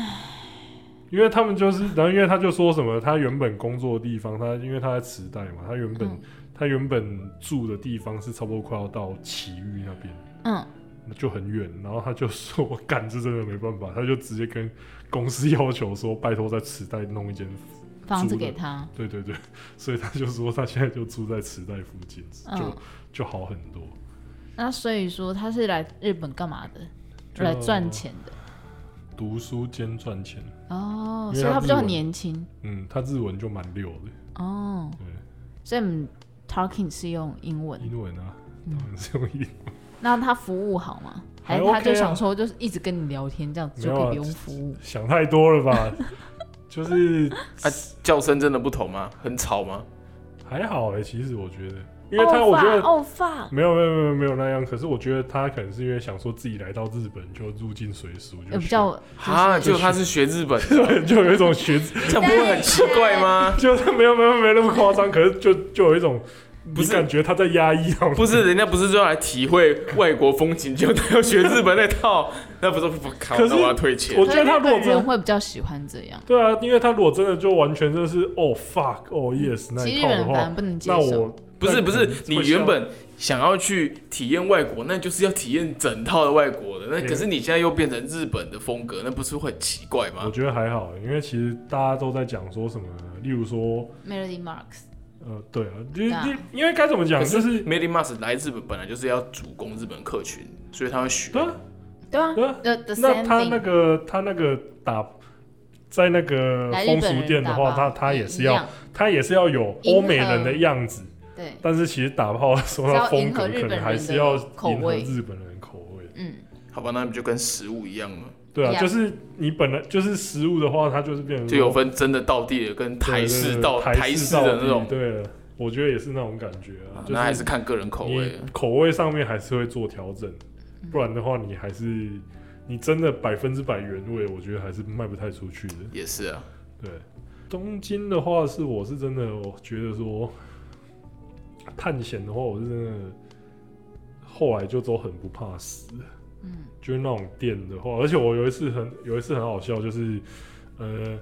Speaker 1: 因为他们就是，然后因为他就说什么，他原本工作的地方，他因为他在池袋嘛，他原本、
Speaker 3: 嗯
Speaker 1: 他原本住的地方是差不多快要到埼玉那边，
Speaker 3: 嗯，
Speaker 1: 就很远，然后他就说：“我干，这真的没办法。”他就直接跟公司要求说：“拜托，在池袋弄一间。
Speaker 3: 房子
Speaker 1: 租的
Speaker 3: 给他。”
Speaker 1: 对对 对，所以他就说他现在就住在池袋附近，就、
Speaker 3: 嗯，
Speaker 1: 就好很多。
Speaker 3: 那所以说他是来日本干嘛的？
Speaker 1: 就
Speaker 3: 来赚钱的。
Speaker 1: 读书兼赚钱，
Speaker 3: 哦，
Speaker 1: 因为
Speaker 3: 所以
Speaker 1: 他
Speaker 3: 他不就
Speaker 1: 日文
Speaker 3: 很年轻
Speaker 1: 嗯，他日文就蛮溜的，
Speaker 3: 哦。
Speaker 1: 对，
Speaker 3: 所以我们 talking 是用英文，
Speaker 1: 英文啊，
Speaker 3: 嗯
Speaker 1: 当然是用英文。
Speaker 3: 那他服务好吗？
Speaker 1: 还
Speaker 3: 还是
Speaker 1: OK
Speaker 3: 他
Speaker 1: 啊
Speaker 3: 就想说，就是一直跟你聊天，这样子就
Speaker 1: 没有啊
Speaker 3: 可以不用服务。
Speaker 1: 想太多了吧？ 就是
Speaker 2: 啊，叫声真的不同吗？很吵吗？
Speaker 1: 还好哎、其实我觉得，啊因为他我觉得
Speaker 3: 哦 fuck，
Speaker 1: 没有没有没有没有那样，可是我觉得他可能是因为想说自己来到日本就入境随俗，就
Speaker 3: 也呃比
Speaker 1: 学
Speaker 3: 较
Speaker 2: 啊，
Speaker 1: 就是
Speaker 2: 就他是学日本的，
Speaker 1: 对， 就有一种学，
Speaker 2: 这样不会很奇怪 吗？
Speaker 1: 就是没有没有没那么夸张，可是就就有一种，
Speaker 2: 不
Speaker 1: 你
Speaker 2: 是
Speaker 1: 感觉他在压抑 他们，
Speaker 2: 不是，人家不是说来体会外国风情，就他要学日本那套， 那不是不靠，
Speaker 1: 可是
Speaker 2: 那我要退钱
Speaker 1: 我。觉得他如果
Speaker 3: 可能日本
Speaker 1: 真
Speaker 3: 人
Speaker 1: 的，
Speaker 3: 会比较喜欢这样。
Speaker 1: 对啊，因为他如果真的就完全就是哦 fuck 哦 yes 那
Speaker 3: 其
Speaker 1: 一
Speaker 3: 实日
Speaker 1: 套的
Speaker 3: 本人反而
Speaker 1: 话，
Speaker 3: 不能接
Speaker 1: 那
Speaker 3: 受。
Speaker 1: 我
Speaker 2: 不是
Speaker 1: 那
Speaker 2: 不
Speaker 1: 可
Speaker 2: 是
Speaker 1: 能，
Speaker 2: 你
Speaker 1: 会
Speaker 2: 原
Speaker 1: 笑
Speaker 2: 本想要去体验外国，那就是要体验整套的外国的，那
Speaker 1: 对
Speaker 2: 可是你现在又变成日本的风格，那不是会很奇怪
Speaker 1: 我
Speaker 2: 吗？
Speaker 1: 觉得还好，因为其实大家都在讲说什么，例如说
Speaker 3: Melody Marks，
Speaker 1: 呃对啊，就
Speaker 3: 对啊
Speaker 1: 就因为该怎么讲
Speaker 2: 可
Speaker 1: 就是是
Speaker 2: Made in Mass 来日本本来就是要主攻日本客群，所以他会学。
Speaker 1: 对啊
Speaker 3: 对啊
Speaker 1: 对啊，
Speaker 3: ，The The
Speaker 1: 那
Speaker 3: Same
Speaker 1: 他那
Speaker 3: Thing，
Speaker 1: 个他那个打在那个
Speaker 3: 来
Speaker 1: 风
Speaker 3: 日
Speaker 1: 俗
Speaker 3: 本
Speaker 1: 店
Speaker 3: 人
Speaker 1: 的
Speaker 3: 打
Speaker 1: 话，
Speaker 3: 包
Speaker 1: 他他也是
Speaker 3: 一
Speaker 1: 要
Speaker 3: 样
Speaker 1: 他也是要有欧美人的样子，
Speaker 3: 对，
Speaker 1: 但是其实打炮的时候，
Speaker 3: 是
Speaker 1: 它
Speaker 3: 要
Speaker 1: 风
Speaker 3: 迎
Speaker 1: 格
Speaker 3: 合日
Speaker 1: 可
Speaker 3: 本人的
Speaker 1: 能还是要
Speaker 3: 口
Speaker 1: 迎合
Speaker 3: 味
Speaker 1: 日本人的口味。
Speaker 3: 嗯，
Speaker 2: 好吧，那不就跟食物一样吗？
Speaker 1: 对啊，
Speaker 3: Yeah
Speaker 1: 就是你本来就是食物的话，它就是变成
Speaker 2: 就有分真的道地的跟
Speaker 1: 对
Speaker 2: 台
Speaker 1: 对对
Speaker 2: 式道
Speaker 1: 台
Speaker 2: 台
Speaker 1: 式
Speaker 2: 式的
Speaker 1: 道
Speaker 2: 那种
Speaker 1: 地对了，我觉得也是那种感觉啊，
Speaker 2: 啊
Speaker 1: 就
Speaker 2: 那还是看个人口味啊
Speaker 1: 你。口味上面还是会做调整，
Speaker 3: 嗯
Speaker 1: 不然的话你还是你真的百分之百原味，我觉得还是卖不太出去的。
Speaker 2: 也是啊，
Speaker 1: 对，东京的话是我是真的，我觉得说探险的话，我是真的后来就都很不怕死，
Speaker 3: 嗯
Speaker 1: 就是那种店的话，而且我有一次很有一次很好笑，就是呃。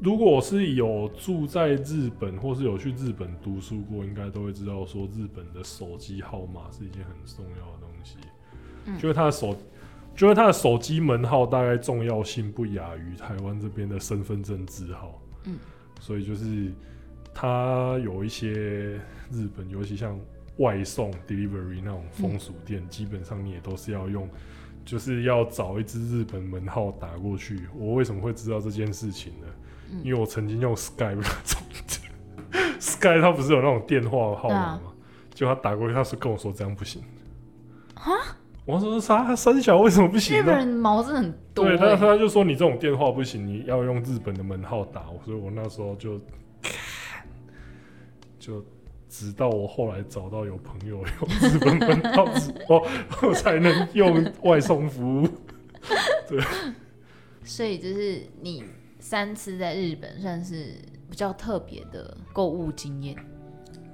Speaker 1: 如果是有住在日本，或是有去日本读书过，应该都会知道说日本的手机号码是一件很重要的东西，
Speaker 3: 嗯
Speaker 1: 就是他的手，就是他的手机门号大概重要性不亚于台湾这边的身份证字号，
Speaker 3: 嗯，
Speaker 1: 所以就是他有一些日本，尤其像外送 delivery 那种风俗店，基本上你也都是要用。就是要找一支日本门号打过去。我为什么会知道这件事情呢？
Speaker 3: 嗯
Speaker 1: 因为我曾经用 Skype 那种，Skype 它不是有那种电话号
Speaker 3: 对
Speaker 1: 码
Speaker 3: 啊
Speaker 1: 吗？就他打过去，他是跟我说这样不行。 我说啥？三小为什么不行
Speaker 3: 啊日
Speaker 1: 呢
Speaker 3: 本？人毛真的很多、
Speaker 1: 对，但是
Speaker 3: 欸，
Speaker 1: 他就说你这种电话不行，你要用日本的门号打。所以我那时候就，就直到我后来找到有朋友 用日本门号之后，我才能用外送服务。
Speaker 3: 所以就是你三次在日本算是比较特别的购物经验。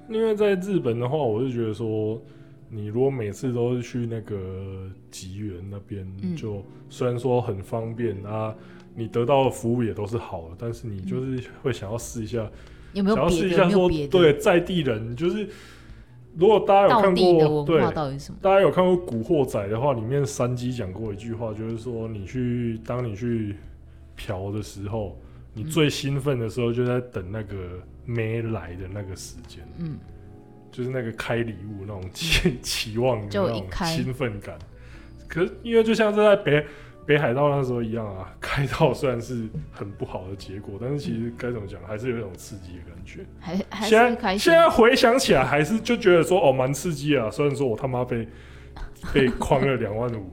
Speaker 1: 因为在日本的话，我就觉得说，你如果每次都是去那个吉原那边，
Speaker 3: 嗯
Speaker 1: 就虽然说很方便啊，你得到的服务也都是好的，但是你就是会想要试一下，
Speaker 3: 有嗯没
Speaker 1: 想
Speaker 3: 有
Speaker 1: 要
Speaker 3: 别
Speaker 1: 试
Speaker 3: 的？
Speaker 1: 一下
Speaker 3: 有没有
Speaker 1: 说
Speaker 3: 别的？
Speaker 1: 对在地人，就是如果大家有
Speaker 3: 道
Speaker 1: 看
Speaker 3: 地的
Speaker 1: 过，
Speaker 3: 文
Speaker 1: 对
Speaker 3: 化，到底是什么？
Speaker 1: 大家有看过《古惑仔》的话，里面山鸡讲过一句话，就是说你去当你去嫖的时候，你
Speaker 3: 嗯
Speaker 1: 最兴奋的时候就在等那个妹来的那个时间。
Speaker 3: 嗯，
Speaker 1: 就是那个开礼物那种期期望的
Speaker 3: 就
Speaker 1: 那
Speaker 3: 一
Speaker 1: 种
Speaker 3: 开
Speaker 1: 兴奋感。可是因为就像是在北北海道那时候一样啊，开到虽然是很不好的结果，但是其实该怎么讲，还是有一种刺激的感觉。
Speaker 3: 还还是
Speaker 1: 现
Speaker 3: 会
Speaker 1: 在
Speaker 3: 开
Speaker 1: 现
Speaker 3: 心。
Speaker 1: 在回想起来，还是就觉得说哦，蛮刺激的啊。虽然说我他妈被 被框了两万五，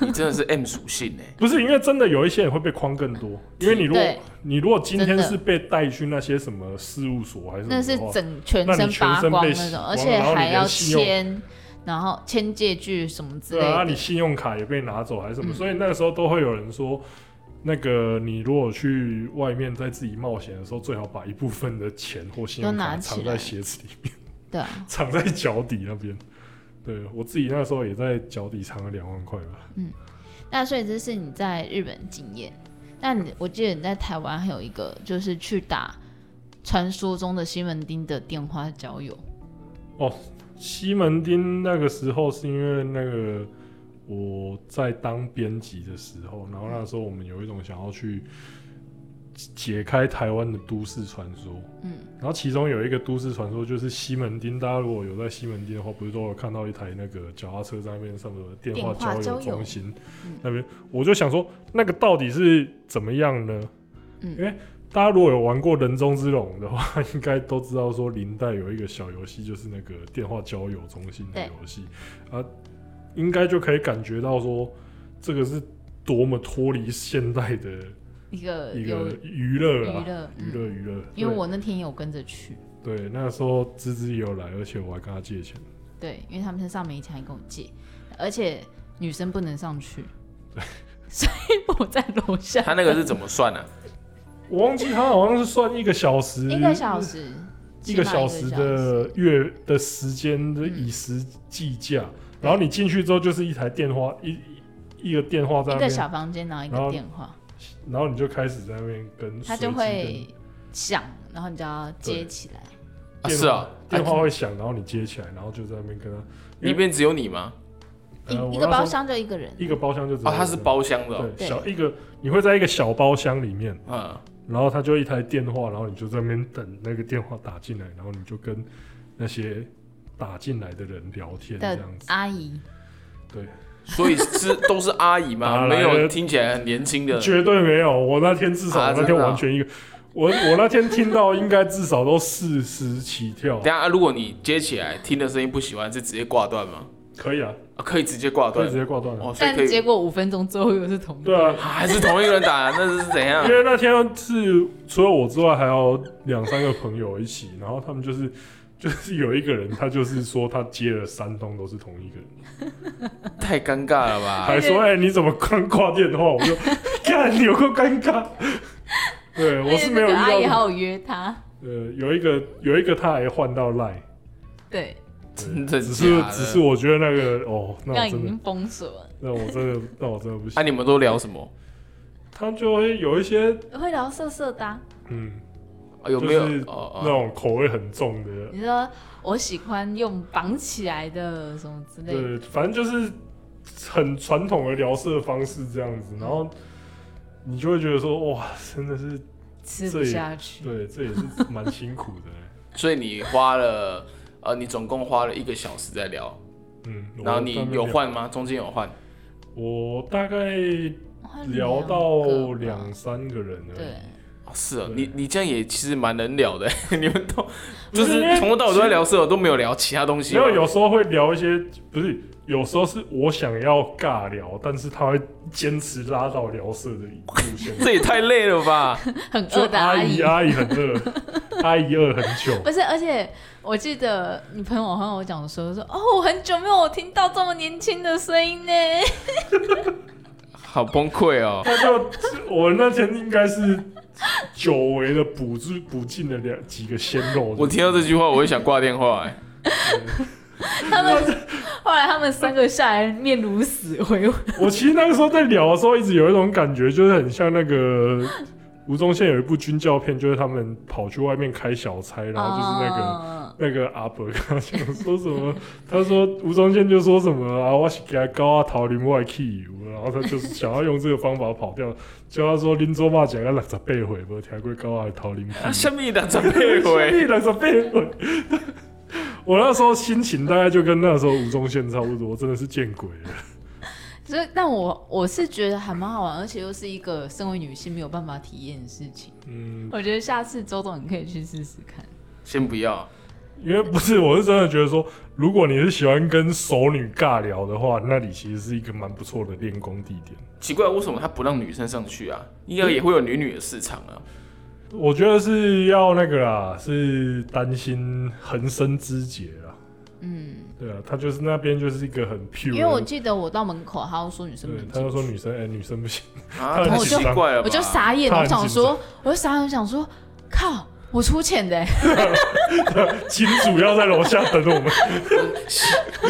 Speaker 2: 你真的是 M 属性哎，
Speaker 1: 不是因为真的有一些人会被框更多，因为你如果
Speaker 3: 对
Speaker 1: 你如果今天
Speaker 3: 真的
Speaker 1: 是被带去那些什么事务所还是什么的
Speaker 3: 那是
Speaker 1: 话
Speaker 3: 整全
Speaker 1: 哦那你
Speaker 3: 身
Speaker 1: 全
Speaker 3: 扒
Speaker 1: 身
Speaker 3: 光
Speaker 1: 被
Speaker 3: 那
Speaker 1: 洗
Speaker 3: 种，
Speaker 1: 光
Speaker 3: 而且
Speaker 1: 然后你
Speaker 3: 还
Speaker 1: 连
Speaker 3: 要
Speaker 1: 信用
Speaker 3: 签，然后签借据什么之类
Speaker 1: 对啊，
Speaker 3: 的。
Speaker 1: 你信用卡也被拿走还是什么，
Speaker 3: 嗯
Speaker 1: 所以那个时候都会有人说，那个你如果去外面在自己冒险的时候，最好把一部分的钱或信用
Speaker 3: 都
Speaker 1: 卡
Speaker 3: 拿起
Speaker 1: 藏
Speaker 3: 来
Speaker 1: 在鞋子里面，
Speaker 3: 对啊，
Speaker 1: 藏在脚底那边。对我自己那时候也在脚底藏了两万块吧。
Speaker 3: 那所以这是你在日本经验。那你我记得你在台湾还有一个就是去打传说中的西门町的电话交友。
Speaker 1: 西门町那个时候是因为那个我在当编辑的时候，然后那时候我们有一种想要去解开台湾的都市传说，
Speaker 3: 嗯，
Speaker 1: 然后其中有一个都市传说，就是西门町。大家如果有在西门町的话，不是都有看到一台那个脚踏车在那边上面的电话
Speaker 3: 电话
Speaker 1: 交
Speaker 3: 交
Speaker 1: 友
Speaker 3: 友
Speaker 1: 中心
Speaker 3: 嗯
Speaker 1: 那边，我就想说那个到底是怎么样呢？
Speaker 3: 嗯
Speaker 1: 因为大家如果有玩过人中之龙的话，应该都知道说林代有一个小游戏，就是那个电话交友中心的
Speaker 3: 对
Speaker 1: 游戏啊，应该就可以感觉到说这个是多么脱离现代的
Speaker 3: 一个
Speaker 1: 一
Speaker 3: 呃有
Speaker 1: 个娱乐
Speaker 3: 娱
Speaker 1: 啊，娱
Speaker 3: 乐，
Speaker 1: 乐
Speaker 3: 嗯，
Speaker 1: 娱乐，
Speaker 3: 因为
Speaker 1: 对
Speaker 3: 我那天有跟着去，
Speaker 1: 对，那时候芝芝也有来，而且我还跟他借钱。
Speaker 3: 对，因为他们身上没钱还跟我借，而且女生不能上 去，所以我在楼 下
Speaker 2: 他那个是怎么算呢？啊
Speaker 1: 我忘记他好像是算一个小时，
Speaker 3: 一个小时，
Speaker 1: 一
Speaker 3: 起码
Speaker 1: 个
Speaker 3: 一
Speaker 1: 小时的月的时间的
Speaker 3: 嗯
Speaker 1: 以时计价，然后你进去之后就是一台电话，一一个电话在那
Speaker 3: 一个
Speaker 1: 边，
Speaker 3: 小房间，然后一
Speaker 1: 然后
Speaker 3: 个电话，
Speaker 1: 然后你就开始在那边跟
Speaker 3: 它
Speaker 1: 随
Speaker 3: 就
Speaker 1: 机
Speaker 3: 会响，然后你就要接
Speaker 1: 对
Speaker 3: 起来。
Speaker 1: 跟
Speaker 2: 啊
Speaker 1: 电
Speaker 2: 是啊，
Speaker 1: 电话会响，然后你接起来，然后就在那边跟他
Speaker 2: 里面只有你吗？
Speaker 3: 一
Speaker 1: 呃我
Speaker 3: 一
Speaker 1: 那时
Speaker 3: 个
Speaker 1: 候
Speaker 3: 包厢就一个人，
Speaker 1: 一个包厢就只有
Speaker 2: 哦，它是
Speaker 1: 一个
Speaker 2: 包厢的哦，
Speaker 1: 啊对
Speaker 3: 对
Speaker 1: 小一个，你会在一个小包厢里面。
Speaker 2: 嗯，
Speaker 1: 然后他就一台电话，然后你就在那边等那个电话打进来，然后你就跟那些打进来的人聊天这
Speaker 3: 的
Speaker 1: 样子。
Speaker 3: 阿姨，
Speaker 2: 所以是都是阿姨
Speaker 1: 哪
Speaker 2: 吗？
Speaker 1: 啊来
Speaker 2: 没有
Speaker 1: 的
Speaker 2: 听起来很年轻的，
Speaker 1: 绝对没有，我那天至少、我
Speaker 2: 啊
Speaker 1: 那天
Speaker 2: 真的啊
Speaker 1: 完全一个，我我那天听到应该至少都四十起跳
Speaker 2: 等一，下，啊如果你接起来听的声音不喜欢，是直接挂断吗？
Speaker 1: 可以啊，
Speaker 2: 啊，可以直接挂
Speaker 1: 可以
Speaker 2: 断
Speaker 1: 直。接挂断了。
Speaker 2: 哦，所以
Speaker 3: 但
Speaker 2: 可以
Speaker 3: 结。果五分钟之后又是同
Speaker 1: 对啊
Speaker 2: 啊， 还是同一个人打，那是怎样
Speaker 1: 因？为那天是除了我之外，还有两三个朋友一起，然后他们就是就是有一个人，他就是说他接了三通都是同一个人，
Speaker 2: 太尴尬了吧？
Speaker 1: 还说哎、你怎么刚挂电话？我就 看你有够尴尬。
Speaker 2: 哎
Speaker 1: 对，我是没有遇
Speaker 3: 而且那个阿姨还
Speaker 1: 到。
Speaker 3: 有约他，
Speaker 1: 呃，有一个有一个他还换到赖，
Speaker 3: 对，
Speaker 2: 真的
Speaker 1: 只是
Speaker 2: 假的
Speaker 1: 只是我觉得那个哦，那
Speaker 3: 让
Speaker 1: 我
Speaker 3: 已
Speaker 1: 真的
Speaker 3: 经封锁了。
Speaker 1: 那我真的那我真的不
Speaker 2: 啊，
Speaker 1: 行。
Speaker 2: 你们都聊什么？
Speaker 1: 他就会有一些
Speaker 3: 会聊色色的啊、
Speaker 1: 嗯
Speaker 2: 啊有没有
Speaker 1: 就是？
Speaker 2: 哦
Speaker 1: 那种口味很重的，
Speaker 3: 你说我喜欢用绑起来的什么之类的，
Speaker 1: 对，反正就是很传统的聊色方式这样子，然后你就会觉得说，哇，真的是，
Speaker 3: 吃
Speaker 1: 这
Speaker 3: 不
Speaker 1: 也
Speaker 3: 下去。
Speaker 1: 对，这也是蛮辛苦的、
Speaker 2: 所以你花了呃，你总共花了一个小时在聊，
Speaker 1: 嗯，我
Speaker 2: 然后你
Speaker 1: 大概
Speaker 2: 有
Speaker 1: 聊，
Speaker 2: 换吗？中间有换？
Speaker 1: 我大概
Speaker 3: 会
Speaker 1: 聊
Speaker 3: 个
Speaker 1: 到
Speaker 3: 吧
Speaker 1: 两三个人而已。
Speaker 3: 对，
Speaker 2: 哦是啊，
Speaker 1: 对
Speaker 2: 你你这样也其实蛮能聊的， 你们都
Speaker 1: 不
Speaker 2: 就是是
Speaker 1: 因为
Speaker 2: 从头到尾都在聊色，都没有聊其他东
Speaker 1: 嗯
Speaker 2: 西
Speaker 1: 没
Speaker 2: 吗。。
Speaker 1: 有，有时候会聊一些，不是，有时候是我想要尬聊，但是他会坚持拉到聊色的路 线
Speaker 2: 这也太累了吧？
Speaker 3: 很
Speaker 1: 就
Speaker 3: 饿的
Speaker 1: 阿
Speaker 3: 姨。
Speaker 1: 阿姨啊很饿， 阿姨饿很久。
Speaker 3: 不是，而且我记得你朋友和我讲说说，哦，我很久没有听到这么年轻的声音呢。
Speaker 2: 好崩溃哦！
Speaker 1: 那就我那天应该是久违的补进补进了两几个鲜肉。
Speaker 2: 我听到这句话，我会想挂电话、哎，
Speaker 3: 他们后来他们三个下来面如死灰，
Speaker 1: 我其实那个时候在聊的时候，一直有一种感觉，就是很像那个吴宗宪有一部军教片，就是他们跑去外面开小差，然后就是那个。
Speaker 3: 个
Speaker 1: 那个阿伯跟他讲说什么？他说吴宗宪就说什么啊，我是给他高啊桃林外 key 然后他就是想要用这个方法跑掉，叫他说林州骂讲个六十八回，无听过高啊桃林去。
Speaker 2: 啊，下面的长辈回，
Speaker 1: 六十八回。我那时候心情大概就跟那时候吴宗宪差不多，真的是见鬼了。
Speaker 3: 所以，但我我是觉得还蛮好玩，而且又是一个身为女性没有办法体验的事情。
Speaker 1: 嗯，
Speaker 3: 我觉得下次周董你可以去试试看。
Speaker 2: 先不要。
Speaker 1: 因为不是，我是真的觉得说，如果你是喜欢跟熟女尬聊的话，那里其实是一个蛮不错的练功地点。
Speaker 2: 奇怪，为什么他不让女生上去啊？应该也会有女女的市场啊。
Speaker 1: 我觉得是要那个啦，是担心横生枝节啦。
Speaker 3: 嗯，
Speaker 1: 对啊，他就是那边就是一个很 pure，
Speaker 3: 因为我记得我到门口，他就说女生不
Speaker 1: 对
Speaker 3: 能，
Speaker 1: 他
Speaker 3: 进
Speaker 1: 就说
Speaker 3: 去，
Speaker 1: 女生，哎、女生不行。
Speaker 2: 啊，
Speaker 1: 他
Speaker 2: 太
Speaker 1: 很
Speaker 2: 奇
Speaker 1: 紧张
Speaker 2: 怪了吧？
Speaker 3: 我就傻眼，
Speaker 1: 他
Speaker 3: 我
Speaker 1: 很
Speaker 3: 想
Speaker 1: 紧张
Speaker 3: 说，我就傻眼，我想说，靠，我出钱的欸、
Speaker 1: 金主要在楼下等我们，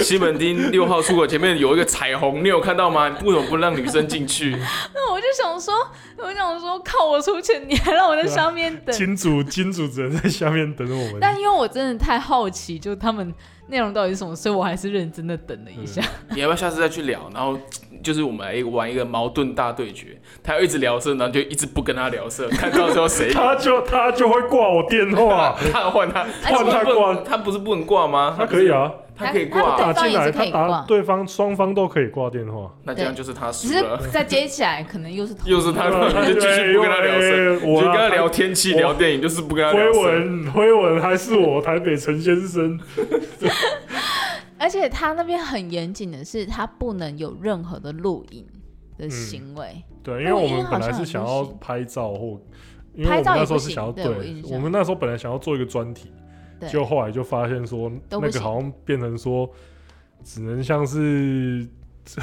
Speaker 2: 西门町六号出口前面有一个彩虹，你有看到吗？为什么不让女生进去？
Speaker 3: 那我就想说，我想说，靠，我出钱，你还让我
Speaker 1: 啊
Speaker 3: 在上面等？
Speaker 1: 金主金主只能在下面等我们。
Speaker 3: 但因为我真的太好奇，就他们内容到底是什么，所以我还是认真的等了一下。
Speaker 1: 嗯
Speaker 2: 你要不要下次再去聊？然后就是我们来玩一个矛盾大对决，他要一直聊色，然后就一直不跟他聊色，看到时候谁
Speaker 1: 他就他就会挂我电话，
Speaker 2: 他换他
Speaker 1: 换他
Speaker 2: 不能
Speaker 1: 挂
Speaker 2: 他不是不能挂吗？
Speaker 1: 他可以啊，
Speaker 2: 他可以
Speaker 3: 他
Speaker 2: 挂，
Speaker 1: 打
Speaker 3: 对
Speaker 1: 进来他
Speaker 3: 方也是可以
Speaker 1: 打
Speaker 3: 挂
Speaker 1: 对方双方都可以挂电话。
Speaker 2: 那这样就是他输
Speaker 3: 只是
Speaker 1: 啊
Speaker 2: 了，
Speaker 3: 再接起来，可能又是同
Speaker 2: 又是他， 你就继续不跟他聊色，
Speaker 1: 哎
Speaker 2: 你
Speaker 1: 我
Speaker 2: 就
Speaker 1: 啊
Speaker 2: 跟他聊天气、
Speaker 1: 我
Speaker 2: 聊电影，就是不跟他
Speaker 1: 回
Speaker 2: 聊色。
Speaker 1: 文回文还是我台北陈先生，
Speaker 3: 而且他那边很严谨的是，他不能有任何的录影的行为。
Speaker 1: 对，因为我
Speaker 3: 录
Speaker 1: 们
Speaker 3: 音好
Speaker 1: 本来
Speaker 3: 像
Speaker 1: 是
Speaker 3: 也
Speaker 1: 想
Speaker 3: 不
Speaker 1: 要
Speaker 3: 行
Speaker 1: 拍照或，因为我
Speaker 3: 拍
Speaker 1: 们
Speaker 3: 照也
Speaker 1: 那时候
Speaker 3: 不
Speaker 1: 是
Speaker 3: 行
Speaker 1: 想要
Speaker 3: 对我印象
Speaker 1: 我们那时候本来想要做一个专题，
Speaker 3: 对
Speaker 1: 就后来就发现说
Speaker 3: 都不
Speaker 1: 那个
Speaker 3: 行
Speaker 1: 好像变成说，只能像是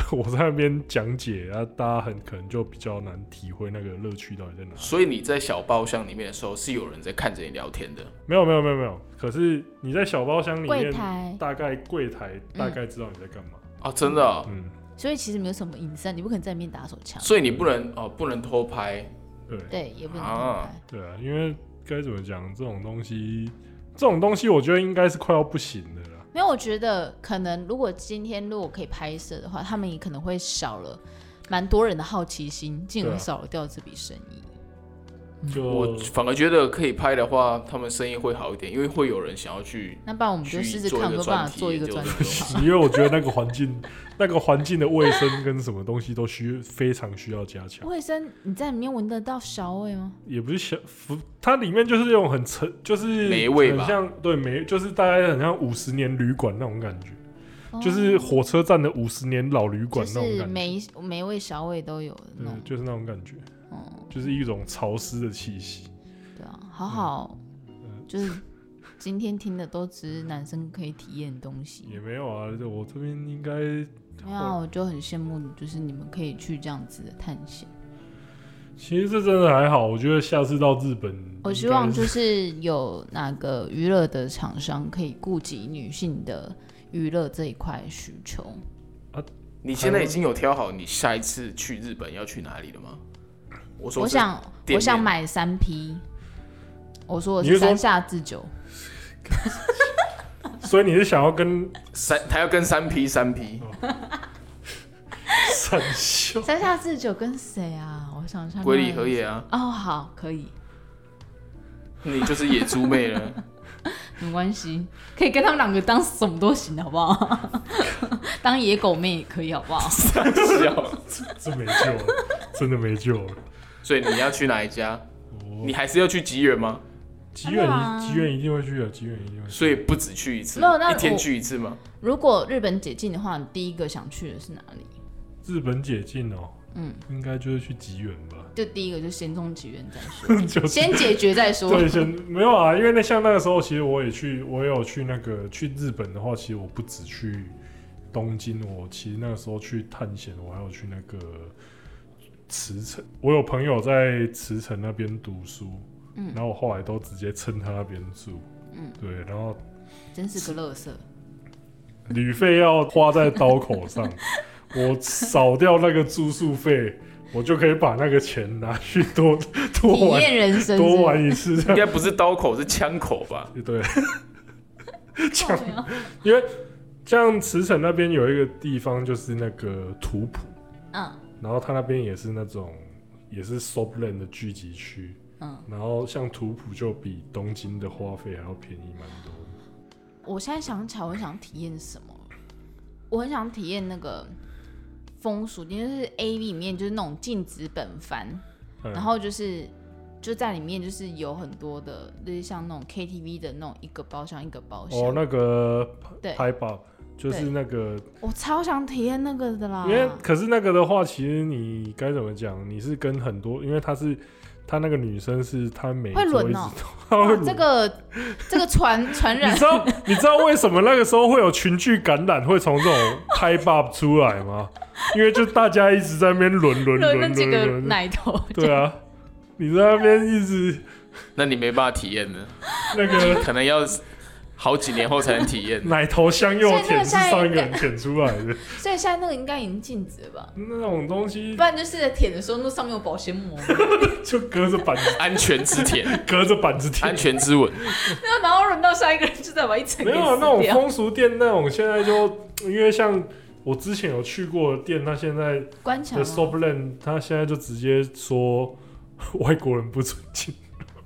Speaker 1: 我在那边讲解啊，大家很可能就比较难体会那个乐趣到底在哪。
Speaker 2: 所以你在小包厢里面的时候，是有人在看着你聊天的。
Speaker 1: 没有没有没有没有，可是你在小包厢里
Speaker 3: 柜
Speaker 1: 面，
Speaker 3: 台，嗯
Speaker 1: 大概柜台大概知道你在干嘛，
Speaker 2: 哦，真的哦、
Speaker 1: 嗯，
Speaker 3: 所以其实没有什么隐私啊，你不可能在里面打手枪，
Speaker 2: 所以你不能哦，不能偷拍，
Speaker 1: 对
Speaker 3: 对，也不能
Speaker 2: 啊
Speaker 3: 公开
Speaker 1: 对啊，因为该怎么讲这种东西，这种东西我觉得应该是快要不行的了。
Speaker 3: 没有，我觉得可能如果今天如果可以拍摄的话，他们也可能会少了蛮多人的好奇心，进
Speaker 1: 对
Speaker 3: 而
Speaker 1: 啊
Speaker 3: 少了掉这笔生意。
Speaker 1: 就
Speaker 2: 我反而觉得可以拍的话，他们生意会好一点，因为会有人想要去
Speaker 3: 那不然我们就
Speaker 2: 去
Speaker 3: 试试
Speaker 2: 做
Speaker 3: 看
Speaker 2: 一
Speaker 3: 有没
Speaker 2: 个
Speaker 3: 有办法
Speaker 2: 专题
Speaker 3: 做一个
Speaker 2: 就
Speaker 3: 专
Speaker 2: 是
Speaker 3: 题好了。
Speaker 1: 因为我觉得那个环境，那个环境的卫生跟什么东西都需非常需要加强。
Speaker 3: 卫生，你在里面闻得到小味吗？
Speaker 1: 也不是小，不它里面就是那种很陈，就是
Speaker 2: 霉味吧
Speaker 1: 很像对霉，就是大概很像五十年旅馆那种感觉，
Speaker 3: 哦
Speaker 1: 就是火车站的五十年老旅
Speaker 3: 就
Speaker 1: 馆那种
Speaker 3: 是
Speaker 1: 感觉，
Speaker 3: 每一每味小味都有的那
Speaker 1: 对
Speaker 3: 种，，
Speaker 1: 就是那种感觉，
Speaker 3: 嗯，
Speaker 1: 就是一种潮湿的气息。
Speaker 2: 嗯
Speaker 3: 对啊，好好，就是今天听的都只是男生可以体验的东
Speaker 1: 也
Speaker 3: 西。
Speaker 1: 没有啊，就我这边应该
Speaker 3: 没有啊，我就很羡慕，就是你们可以去这样子的
Speaker 2: 嗯
Speaker 3: 探险。
Speaker 1: 其实这真的还好，我觉得下次到日本，
Speaker 3: 我希望就是有哪个娱乐的厂商可以顾及女性的娱乐这一块需求。
Speaker 2: 你现在已经有挑好你下一次去日本要去哪里了吗？我说
Speaker 3: 我
Speaker 2: 是
Speaker 3: 想，
Speaker 2: 店
Speaker 3: 我想
Speaker 2: 面
Speaker 3: 买三批。我说我
Speaker 1: 你
Speaker 3: 是
Speaker 1: 是说
Speaker 3: 山下智久，
Speaker 1: 所以你是想要跟
Speaker 2: 三，他要跟三 P 三 P，
Speaker 1: 三笑？
Speaker 3: 山下智久跟谁啊？我想想看，
Speaker 2: 龟梨和也啊，
Speaker 3: 哦，好，可以，
Speaker 2: 你就是野猪妹了。
Speaker 3: 没关系，可以跟他们两个当什么都行，好不好？ 当野狗妹也可以，好不好？
Speaker 2: 笑
Speaker 1: 这没救了，真的没救了。
Speaker 2: 所以你要去哪一家？
Speaker 1: 我
Speaker 2: 你还是要去吉原吗？
Speaker 1: 吉远
Speaker 3: 当然啊
Speaker 1: 一吉远一定会去的，吉远一定会去。
Speaker 2: 所以不止去一次，
Speaker 3: 没有那
Speaker 2: 一天
Speaker 3: 我
Speaker 2: 去一次吗？
Speaker 3: 如果日本解禁的话，你第一个想去的是哪里？
Speaker 1: 日本解禁哦、
Speaker 3: 嗯，
Speaker 1: 应该就是去吉远 吧。
Speaker 3: 就第一个就先终极 愿再说，
Speaker 1: 就
Speaker 3: 先解决再说。
Speaker 1: 对，先没有啊，因为那像那个时候，其实我也去，我也有去那个去日本的话，其实我不止去东京，我其实那个时候去探险，我还有去那个茨城，我有朋友在茨城那边读书，
Speaker 3: 嗯
Speaker 1: 然后我后来都直接蹭他那边住，
Speaker 3: 嗯，
Speaker 1: 对，然后
Speaker 3: 真是个乐色。
Speaker 1: 旅费要花在刀口上， 我少掉那个住宿费，我就可以把那个钱拿去多
Speaker 3: 体
Speaker 1: 多玩
Speaker 3: 验人生
Speaker 1: 多玩一次这
Speaker 2: 应
Speaker 1: 样，
Speaker 2: 该不是刀口，是枪口吧？
Speaker 1: 对。
Speaker 3: 是 不是靠腰
Speaker 1: 因为像茨城那边有一个地方就是那个图谱，
Speaker 3: 嗯
Speaker 1: 然后它那边也是那种也是 Sobland 的聚集区，
Speaker 3: 嗯，
Speaker 1: 然后像图谱就比东京的花费还要便宜蛮多的。
Speaker 3: 我现在想起来，我很想体验什么？我很想体验那个风俗，因为就是 A 里面就是那种禁止本番，
Speaker 1: 嗯
Speaker 3: 然后就是就在里面就是有很多的，就是像那种 KTV 的那种一个包厢一个包厢。
Speaker 1: 哦，那个
Speaker 3: 对
Speaker 1: 拍吧就是那个，
Speaker 3: 我超想体验那个的啦
Speaker 1: 因。为可是那个的话，其实你该怎么讲？你是跟很多，因为她是她那个女生是她每
Speaker 3: 会
Speaker 1: 周
Speaker 3: 轮
Speaker 1: 一直
Speaker 3: 哦
Speaker 1: 都她会
Speaker 3: 哇
Speaker 1: 轮
Speaker 3: 这 个这个传传
Speaker 1: 你
Speaker 3: 染
Speaker 1: 知 道你知道为什么那个时候会有群聚感染会从这种拍 b 出来吗？因为就大家一直在那边轮轮
Speaker 3: 了
Speaker 1: 轮
Speaker 3: 那
Speaker 1: 轮
Speaker 3: 几个
Speaker 1: 轮，
Speaker 3: 奶头，
Speaker 1: 对啊，你在那边一直
Speaker 2: 那你没办法体验的，
Speaker 1: 那个。
Speaker 2: 可能要好几年后才能体验
Speaker 1: 奶头向右
Speaker 3: 所以那
Speaker 1: 舔
Speaker 3: 个
Speaker 1: 是
Speaker 3: 下一
Speaker 1: 上一个
Speaker 3: 个
Speaker 1: 人舔出来的
Speaker 3: 所以现在那个应该已经禁止了吧？
Speaker 1: 那种东西
Speaker 3: 不，然就是舔的时候那上面有保 鲜膜，
Speaker 1: 就隔着板 子
Speaker 2: 安全之舔，
Speaker 1: 隔着板子舔
Speaker 2: 安。全之吻，
Speaker 3: 那然后轮到下一个人就再把一层
Speaker 1: 没
Speaker 3: 给
Speaker 1: 有啊
Speaker 3: 撕
Speaker 1: 那种
Speaker 3: 掉
Speaker 1: 风俗店那种，现在就因为像我之前有去过的店，它现在
Speaker 3: 关卡
Speaker 1: 的
Speaker 3: 吗
Speaker 1: Sobland，他现在就直接说外国人不尊敬，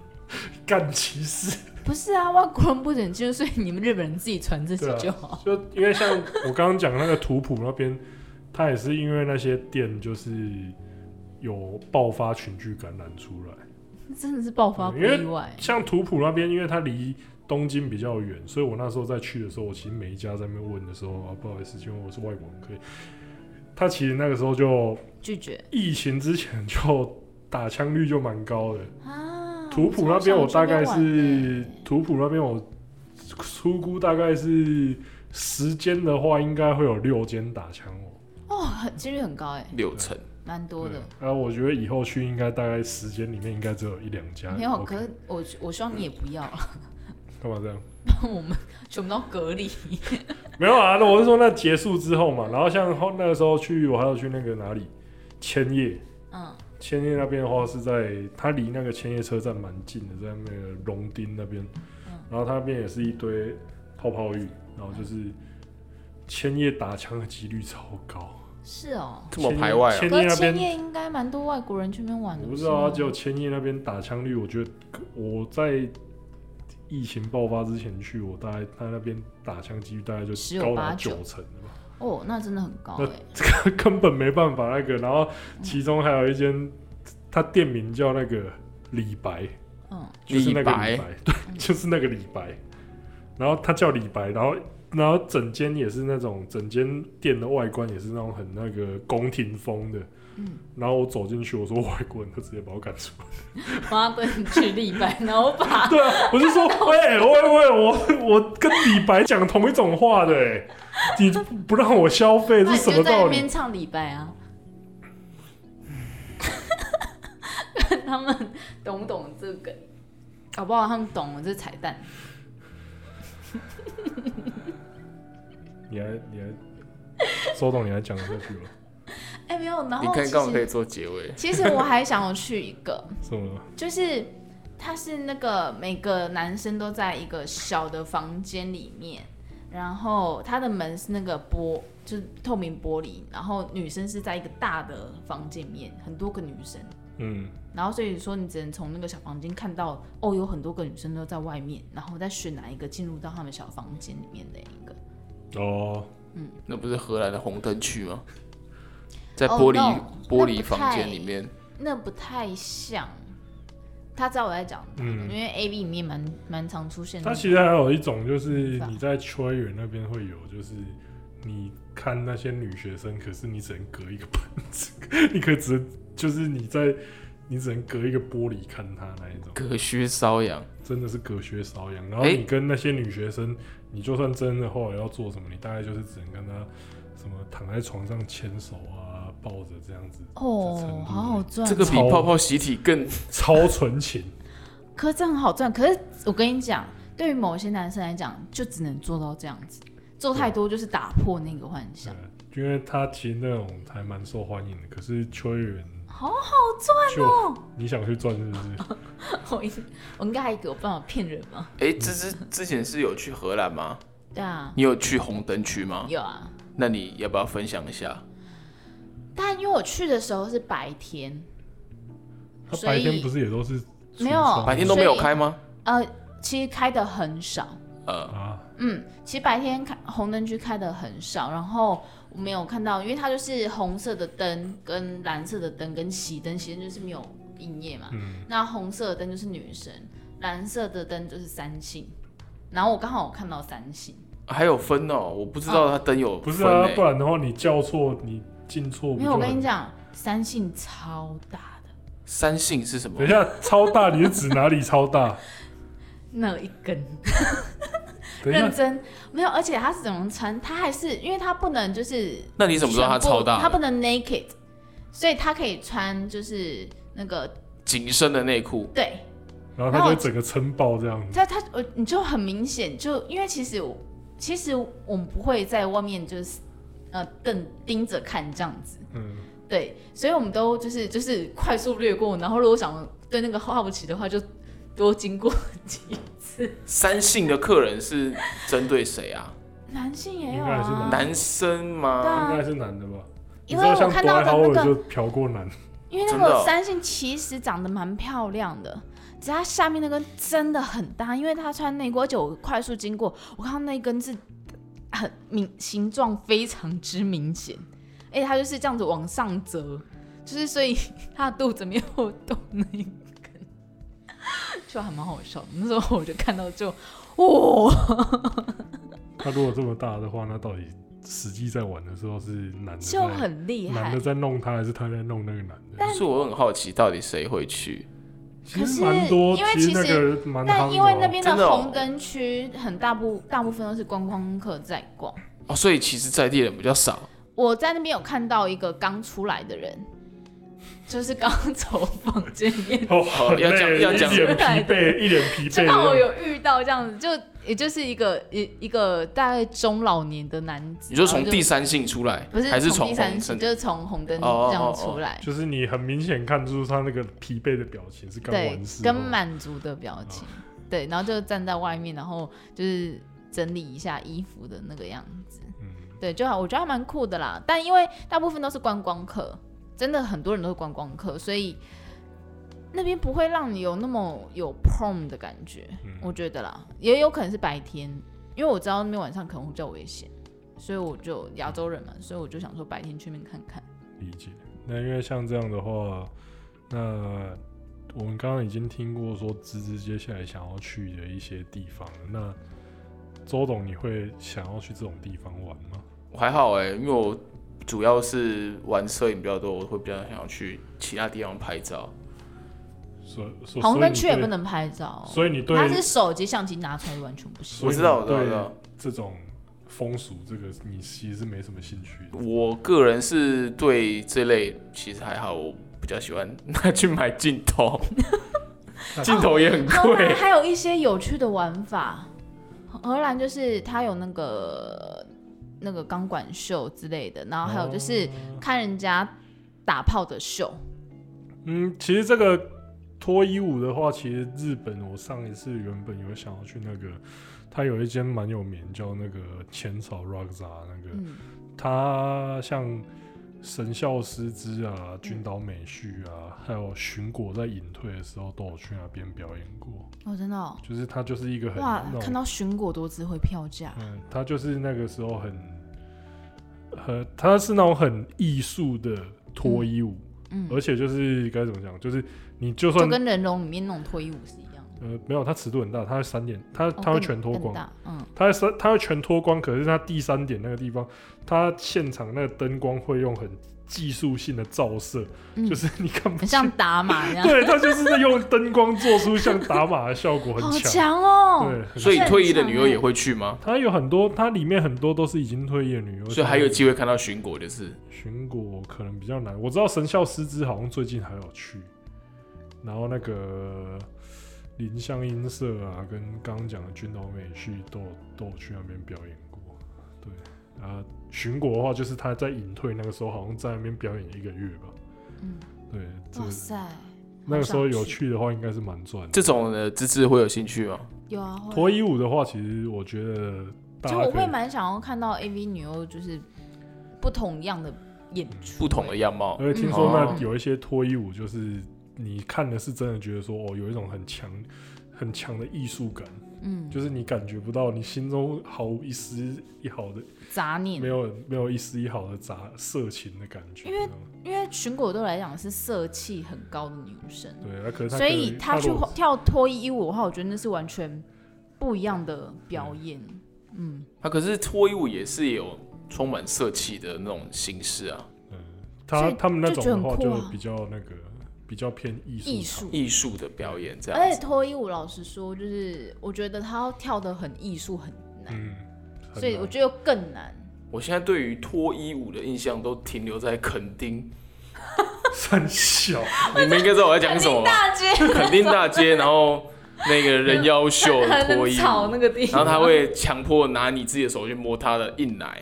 Speaker 1: 干歧视。
Speaker 3: 不是啊，外国人不准进入，所以你们日本人自己传自己
Speaker 1: 对啊
Speaker 3: 就好。
Speaker 1: 就因为像我刚刚讲那个图谱那边，他也是因为那些店就是有爆发群聚感染出来。
Speaker 3: 真的是爆发不
Speaker 1: 因为
Speaker 3: 意外，
Speaker 1: 像图谱那边，因为它离东京比较远，所以我那时候在去的时候，我其实每一家在那边问的时候啊，不好意思，请问我是外国人可以？他其实那个时候就
Speaker 3: 拒绝
Speaker 1: 疫情之前就打枪率就蛮高的，
Speaker 3: 啊。
Speaker 1: 图谱那边我大概
Speaker 3: 我超想去那
Speaker 1: 是
Speaker 3: 边玩的
Speaker 1: 图谱那边我出估大概是十间的话，应该会有六间打枪哦。
Speaker 3: 哦，很几率很高哎，
Speaker 2: 六成。
Speaker 3: 蛮多的。
Speaker 1: 然后啊我觉得以后去应该大概十间里面应该只有一两家。
Speaker 3: 没有，
Speaker 1: OK
Speaker 3: 可是我我希望你也不要了，
Speaker 1: 干嘛这样？
Speaker 3: 我们全部都隔离。
Speaker 1: 没有啊，那我是说那结束之后嘛，然后像后那个时候去，我还有去那个哪里千叶。
Speaker 3: 嗯，
Speaker 1: 千叶那边的话是在它离那个千叶车站蛮近的，在那个龙町那边，
Speaker 3: 嗯
Speaker 1: 然后它那边也是一堆泡泡浴，然后就是千叶打枪的几率超高，
Speaker 3: 是哦。
Speaker 2: 这么排外啊
Speaker 1: 千！
Speaker 3: 可
Speaker 1: 叶
Speaker 3: 是
Speaker 1: 那
Speaker 3: 千
Speaker 1: 边
Speaker 3: 叶应该蛮多外国人去那边玩的，
Speaker 1: 我不知道啊，
Speaker 3: 是吗
Speaker 1: 只有千叶那边打枪率，我觉得呃我在疫情爆发之前去，我大概他那边打枪几率大概就
Speaker 3: 十有
Speaker 1: 高
Speaker 3: 八
Speaker 1: 达
Speaker 3: 九
Speaker 1: 九成了吧。
Speaker 3: 哦，那真的很高
Speaker 1: 那
Speaker 3: 哎。
Speaker 1: 根本没办法那个。然后其中还有一间，他店名叫那个李白，
Speaker 3: 嗯，
Speaker 1: 就是那个李
Speaker 2: 李
Speaker 1: 白， 对，就是那个李白。然后他叫李白，然后然后整间也是那种整间店的外观也是那种很那个宫廷风的，
Speaker 3: 嗯，
Speaker 1: 然后我走进去，我说外国人，他直接把我赶出来。
Speaker 4: 妈不能去立 白，然后把
Speaker 1: 对啊，我就说，喂喂喂，我我跟李白讲同一种话的、欸，你不让我消费
Speaker 4: 那
Speaker 1: 是
Speaker 4: 你
Speaker 1: 什
Speaker 4: 就
Speaker 1: 么
Speaker 4: 在
Speaker 1: 道
Speaker 4: 那
Speaker 1: 理
Speaker 4: 边？唱李白 啊。看他们懂不懂这个？搞不好他们懂了这彩蛋。
Speaker 1: 你还你还，周董你还讲得下去吗？
Speaker 4: 哎、没有，然
Speaker 2: 你
Speaker 4: 后
Speaker 2: 看
Speaker 4: 其
Speaker 2: 看我可以
Speaker 4: 实
Speaker 2: 做结尾，
Speaker 3: 其实我还想要去一个，
Speaker 1: 什么？
Speaker 3: 就是他是那个每个男生都在一个小的房间里面，然后他的门是那个玻，就是透明玻璃，然后女生是在一个大的房间里面，很多个女生，
Speaker 1: 嗯，
Speaker 3: 然后所以说你只能从那个小房间看到，哦，有很多个女生都在外面，然后再选哪一个进入到他们小房间里面的一个。
Speaker 1: 哦，
Speaker 2: 那不是荷兰的红灯区吗？在
Speaker 3: 哦
Speaker 2: 玻璃、
Speaker 3: no，
Speaker 2: 玻
Speaker 3: 那
Speaker 2: 璃
Speaker 3: 不太
Speaker 2: 房间里面，
Speaker 3: 那不太像，他知道我在讲哪个，
Speaker 1: 嗯
Speaker 3: 因为 A B 里面蛮蛮常出现的
Speaker 1: 它。其实还有一种就是你在秋园那边会有，就是你看那些女学生，可是你只能隔一个板子， 你可只就是你在你只能隔一个玻璃看她那一种，
Speaker 2: 隔靴搔痒。
Speaker 1: 真的是隔靴搔痒。然后
Speaker 2: 诶
Speaker 1: 你跟那些女学生，你就算真的后来要做什么，你大概就是只能跟她什么躺在床上牵手啊，抱着这样子，
Speaker 3: 哦，好好赚哦，
Speaker 2: 这个比
Speaker 1: 超
Speaker 2: 泡泡习体更
Speaker 1: 超纯情。
Speaker 3: 可是这样好赚，可是我跟你讲，对于某些男生来讲，就只能做到这样子，做太多就是打破那个幻 想。
Speaker 1: 对，因为他其实那种还蛮受欢迎的，可是秋园
Speaker 3: 好
Speaker 1: 好赚哦、你想去赚是不 是？
Speaker 3: 我一我应该还有办法骗人吗？
Speaker 2: 哎，芝芝之前是有去荷兰吗？
Speaker 3: 对啊，
Speaker 2: 你有去红灯区吗？
Speaker 3: 有啊，
Speaker 2: 那你要不要分享一下？
Speaker 3: 但因为我去的时候是白天，
Speaker 1: 他
Speaker 3: 所
Speaker 1: 白
Speaker 3: 以
Speaker 1: 天不是也都是
Speaker 3: 没有
Speaker 1: 出商
Speaker 2: 白天都没有
Speaker 3: 所以
Speaker 2: 开吗？
Speaker 3: 呃，其实开的很少。
Speaker 2: 呃，
Speaker 1: 啊？
Speaker 3: 嗯，其实白天开红灯区开的很少，然后我没有看到，因为它就是红色的灯跟蓝色的灯跟熄灯，熄灯就是没有营业嘛。
Speaker 1: 嗯，
Speaker 3: 那红色的灯就是女神，蓝色的灯就是三性。然后我刚好有看到三性，
Speaker 2: 还有分哦，我不知道它灯有
Speaker 1: 不
Speaker 2: 分
Speaker 1: 是啊，
Speaker 2: 欸
Speaker 1: 不然的话你叫错你进错不
Speaker 3: 没
Speaker 1: 就
Speaker 3: 有，
Speaker 1: 很
Speaker 3: 我跟你，讲，三性超大的
Speaker 2: 三性是什么
Speaker 1: 等一？下超大你是指哪里超大？
Speaker 4: 那一根
Speaker 1: 等一下
Speaker 3: 认真没有，而且它是怎么穿？它还是因为它不能就是
Speaker 2: 那你怎么知道它
Speaker 3: 全部
Speaker 2: 超大？
Speaker 3: 它不能 naked，所以它可以穿就是那个
Speaker 2: 紧身的内裤，
Speaker 3: 对，
Speaker 1: 然后
Speaker 3: 然后
Speaker 1: 他
Speaker 3: 我
Speaker 1: 就整个撑爆这样子，
Speaker 3: 它它我你就很明显就因为其实我其实我们不会在外面就是呃瞪盯着看这样子，
Speaker 1: 嗯，
Speaker 3: 对，所以我们都就是就是快速略过，然后如果想对那个好奇的话，就多经过几。
Speaker 2: 三性的客人是针对谁啊？
Speaker 3: 嗯男性也
Speaker 1: 应
Speaker 3: 有
Speaker 1: 该是
Speaker 3: 啊，
Speaker 2: 男生
Speaker 3: 对
Speaker 2: 吗？
Speaker 3: 啊
Speaker 1: 应该是男的吧？你
Speaker 3: 因
Speaker 1: 知
Speaker 3: 为
Speaker 1: 道像
Speaker 3: 我看到的
Speaker 1: Dwight
Speaker 3: 那
Speaker 1: Howard
Speaker 3: 个，
Speaker 1: 就嫖过男，
Speaker 3: 因为那
Speaker 2: 真的哦
Speaker 3: 个三性其实长得蛮漂亮的，只是它下面那根真的很大，因为她穿内裤，而且我快速经过，我看到那一根是很明形状非常之明显，而且它就是这样子往上折，就是所以她的肚子没有动那一根， 就还蛮好笑的。那时候我就看到就，哇、
Speaker 1: 他如果这么大的话，那到底实际在玩的时候是男的
Speaker 3: 就
Speaker 1: 在
Speaker 3: 很厉
Speaker 1: 男
Speaker 3: 害
Speaker 1: 的。在弄他，还是他在弄那个男的？
Speaker 2: 但是我很好奇，到底谁会去？
Speaker 1: 其
Speaker 3: 可
Speaker 1: 实
Speaker 3: 是
Speaker 1: 蛮多，
Speaker 3: 因为
Speaker 1: 其实
Speaker 3: 其
Speaker 1: 那
Speaker 3: 实
Speaker 1: 个蛮夯
Speaker 3: 但
Speaker 1: 的
Speaker 3: 因为那
Speaker 1: 哦
Speaker 3: 边
Speaker 2: 真的
Speaker 3: 的
Speaker 2: 哦
Speaker 3: 红灯区很大部大部分都是观光客在逛。
Speaker 2: 哦，所以其实在地人比较少。
Speaker 3: 我在那边有看到一个刚出来的人，就是刚从房间里面，
Speaker 1: 哦，
Speaker 2: 好要讲
Speaker 1: 累
Speaker 2: 要讲
Speaker 1: 一脸疲惫，一脸疲惫
Speaker 3: 就
Speaker 1: 的
Speaker 3: 让
Speaker 1: 样
Speaker 3: 我
Speaker 1: 子。哦
Speaker 3: 有遇到这样子，就也就是一个一一个大概中老年的男子，
Speaker 2: 你说从
Speaker 3: 哦然后就
Speaker 2: 第三性出来，
Speaker 3: 不是
Speaker 2: 还是
Speaker 3: 从
Speaker 2: 从
Speaker 3: 第
Speaker 2: 红
Speaker 3: 三次，
Speaker 2: 灯？
Speaker 3: 就是从红灯
Speaker 2: 哦哦
Speaker 3: 这样
Speaker 2: 哦
Speaker 3: 出来，
Speaker 1: 就是你很明显看出他那个疲惫的表情是刚
Speaker 3: 对
Speaker 1: 完事，后，哦
Speaker 3: 跟满足的表情，对，然后就站在外面，然后就是整理一下衣服的那个样子。
Speaker 1: 嗯，
Speaker 3: 对，就好，我觉得还蛮酷的啦。但因为大部分都是观光客，真的很多人都是观光客，所以那边不会让你有那么有 prom 的感觉，
Speaker 1: 嗯
Speaker 3: 我觉得啦，也有可能是白天，因为我知道那边晚上可能会比较危险，所以我就亚洲人嘛，所以我就想说白天去那边看看。
Speaker 1: 理解。那因为像这样的话，那我们刚刚已经听过说芝芝接下来想要去的一些地方了。那周董，你会想要去这种地方玩吗？
Speaker 2: 我还好哎、因为我主要是玩摄影比较多，我会比较想要去其他地方拍照。
Speaker 1: 所所哦
Speaker 3: 红灯
Speaker 1: 所以你
Speaker 3: 区也
Speaker 1: 对
Speaker 3: 不能拍照，哦
Speaker 1: 所以你对
Speaker 3: 他是手机相机拿出来完全不行。
Speaker 1: 所以
Speaker 2: 我知道
Speaker 1: 你
Speaker 2: 我
Speaker 1: 对
Speaker 2: 知道我知道
Speaker 1: 这种风俗，这个你其实是没什么兴趣的。
Speaker 2: 我个人是对这类其实还好，我比较喜欢拿去买镜 头，
Speaker 1: 哦
Speaker 2: 镜头也很
Speaker 3: 荷兰
Speaker 2: 贵。
Speaker 3: 还有一些有趣的玩法，荷荷兰就是它有那个那个钢管秀之类的，然后还有就是
Speaker 1: 哦
Speaker 3: 看人家打炮的秀，
Speaker 1: 嗯，其实这个脱衣舞的话，其实日本我上一次原本有想要去那个，它有一间蛮有名叫那个浅草 Rockza 那个，
Speaker 3: 嗯，
Speaker 1: 它像神孝师之啊、军岛美绪啊，还有巡果在隐退的时候都有去那边表演过，
Speaker 3: 哦，真的、哦，
Speaker 1: 就是它就是一个很
Speaker 3: 哇
Speaker 1: 那，种
Speaker 3: 看到寻果多姿会票价，
Speaker 1: 嗯，他就是那个时候很，呃，他是那种很艺术的脱衣舞，
Speaker 3: 嗯，
Speaker 1: 而且就是该怎么讲，就是你就
Speaker 3: 就
Speaker 1: 算
Speaker 3: 跟人龙里面那种脱衣舞是一样的，
Speaker 1: 呃没有，他尺度很大，他三点，他
Speaker 3: 哦
Speaker 1: 他会全脱，
Speaker 3: 更
Speaker 1: 光，
Speaker 3: 更大 嗯，
Speaker 1: 他三他会全脱光，可是他第三点那个地方，他现场那个灯光会用很技术性的照射，
Speaker 3: 嗯
Speaker 1: 就是你看不
Speaker 3: 很
Speaker 1: 见
Speaker 3: 像，打码一样，
Speaker 1: 对他就是在用灯光做出像打码的效果
Speaker 3: 好
Speaker 1: 很强，
Speaker 3: 强哦，
Speaker 1: 对，很
Speaker 2: 所以
Speaker 1: 强
Speaker 2: 退役的女优也会去吗？
Speaker 1: 它有很多，它里面很多都是已经退役的女优，
Speaker 2: 所以还有机会看到巡果，就是
Speaker 1: 寻果可能比较难。我知道神校师资好像最近还有去，然后那个林香音社啊，跟刚刚讲的军岛美绪都有都有去那边表演过。对，啊，寻果的话就是他在隐退那个时候，好像在那边表演一个月吧。
Speaker 3: 嗯，
Speaker 1: 对，这
Speaker 3: 哇塞，
Speaker 1: 那个时候有
Speaker 3: 好想去
Speaker 1: 去的话，应哦该是蛮赚的。
Speaker 2: 这种的芝芝会有兴趣吗？
Speaker 3: 有啊，会啊
Speaker 1: 脱衣舞的话，其实我觉得大
Speaker 3: 就
Speaker 1: 家
Speaker 3: 我
Speaker 1: 可
Speaker 3: 会
Speaker 1: 以
Speaker 3: 蛮想要看到 AV 女优就是不同样的演出，欸
Speaker 2: 不同的样貌，
Speaker 1: 而且听说那
Speaker 2: 嗯
Speaker 1: 有一些脱衣舞，就是你看的是真的觉得说，哦，有一种很强、很强的艺术感，
Speaker 3: 嗯，
Speaker 1: 就是你感觉不到，你心中毫无一丝一毫的，
Speaker 3: 杂念
Speaker 1: 没。有没有一丝一毫的杂色情的感觉。
Speaker 3: 嗯因为
Speaker 1: 这样
Speaker 3: 因为寻果对我来讲是色气很高的女生，
Speaker 1: 对，啊那可是他
Speaker 3: 所以
Speaker 1: 他
Speaker 3: 她去
Speaker 1: 如果
Speaker 3: 跳脱衣舞的话，我觉得那是完全不一样的表演。嗯，
Speaker 2: 啊，可是脱衣舞也是有充满色气的那种形式啊，
Speaker 1: 嗯，
Speaker 3: 所
Speaker 1: 他
Speaker 3: 以
Speaker 1: 他们那种的话
Speaker 3: 就觉得很
Speaker 1: 就
Speaker 3: 酷啊
Speaker 1: 比较那个比较偏艺术
Speaker 3: 艺
Speaker 1: 场
Speaker 3: 术。
Speaker 2: 艺术啊的表演这
Speaker 3: 而
Speaker 2: 样
Speaker 3: 且
Speaker 2: 子。
Speaker 3: 脱衣舞，老实说，就是我觉得她要跳的很艺术，很难，
Speaker 1: 嗯，很
Speaker 3: 所以
Speaker 1: 难
Speaker 3: 我觉得更难。
Speaker 2: 我现在对于脱衣舞的印象都停留在垦丁，
Speaker 1: 很小，
Speaker 2: 你们应该知道我在讲什么吧？
Speaker 3: 大街
Speaker 2: 垦丁大街，然后那个人妖秀的脱
Speaker 4: 很
Speaker 2: 衣
Speaker 4: 吵
Speaker 2: 舞，
Speaker 4: 那个地
Speaker 2: 然后
Speaker 4: 方，
Speaker 2: 他会强迫拿你自己的手去摸他的硬奶。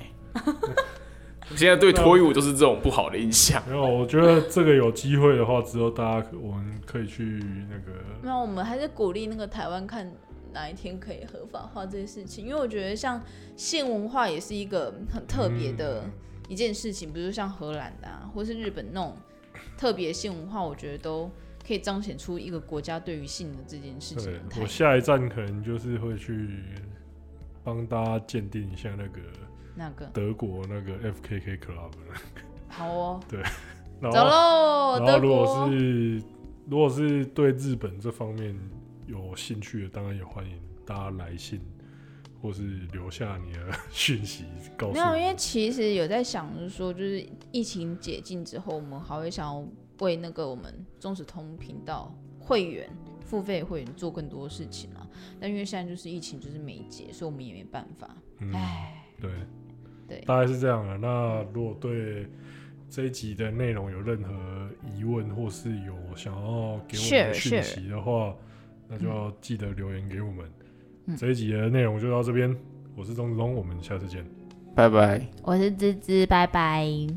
Speaker 2: 我现在对脱衣舞就是这种不好的印象。
Speaker 1: 没有，我觉得这个有机会的话，之后大家可我们可以去那个
Speaker 3: 没有，我们还是鼓励那个台湾看哪一天可以合法化这些事情，因为我觉得像性文化也是一个很特别的
Speaker 1: 嗯
Speaker 3: 一件事情，比如像荷兰的啊，或是日本那种特别性文化，我觉得都可以彰显出一个国家对于性的这件事情
Speaker 1: 对
Speaker 3: 的，态
Speaker 1: 我
Speaker 3: 度。
Speaker 1: 下一站可能就是会去帮大家鉴定一下那个
Speaker 3: 那个
Speaker 1: 德国那个 FKK Club 了。
Speaker 3: 好哦，
Speaker 1: 然
Speaker 3: 走
Speaker 1: 后，
Speaker 3: 喽，
Speaker 1: 然后
Speaker 3: 德
Speaker 1: 如
Speaker 3: 国
Speaker 1: 果是如果是对日本这方面有兴趣的，当然也欢迎大家来信或是留下你的 讯息告
Speaker 3: 没
Speaker 1: 诉
Speaker 3: 有，因
Speaker 1: 我。
Speaker 3: 为其实有在想着说，就是疫情解禁之后，我们还会想要为那个我们中始通频道会员付费会员做更多事情啊。但因为现在就是疫情就是没解，所以我们也没办法。
Speaker 1: 嗯，
Speaker 3: 唉，
Speaker 1: 对，
Speaker 3: 对
Speaker 1: 大概是这样的。那如果对这一集的内容有任何疑问，或是有想要给我们
Speaker 3: Share，
Speaker 1: 的讯
Speaker 3: share
Speaker 1: 息的话，那就要记得留言给我们。
Speaker 3: 嗯
Speaker 1: 这一集的内容就到这边，我是钟子东，我们下次见。
Speaker 2: 拜拜。
Speaker 3: 我是芝芝，拜拜。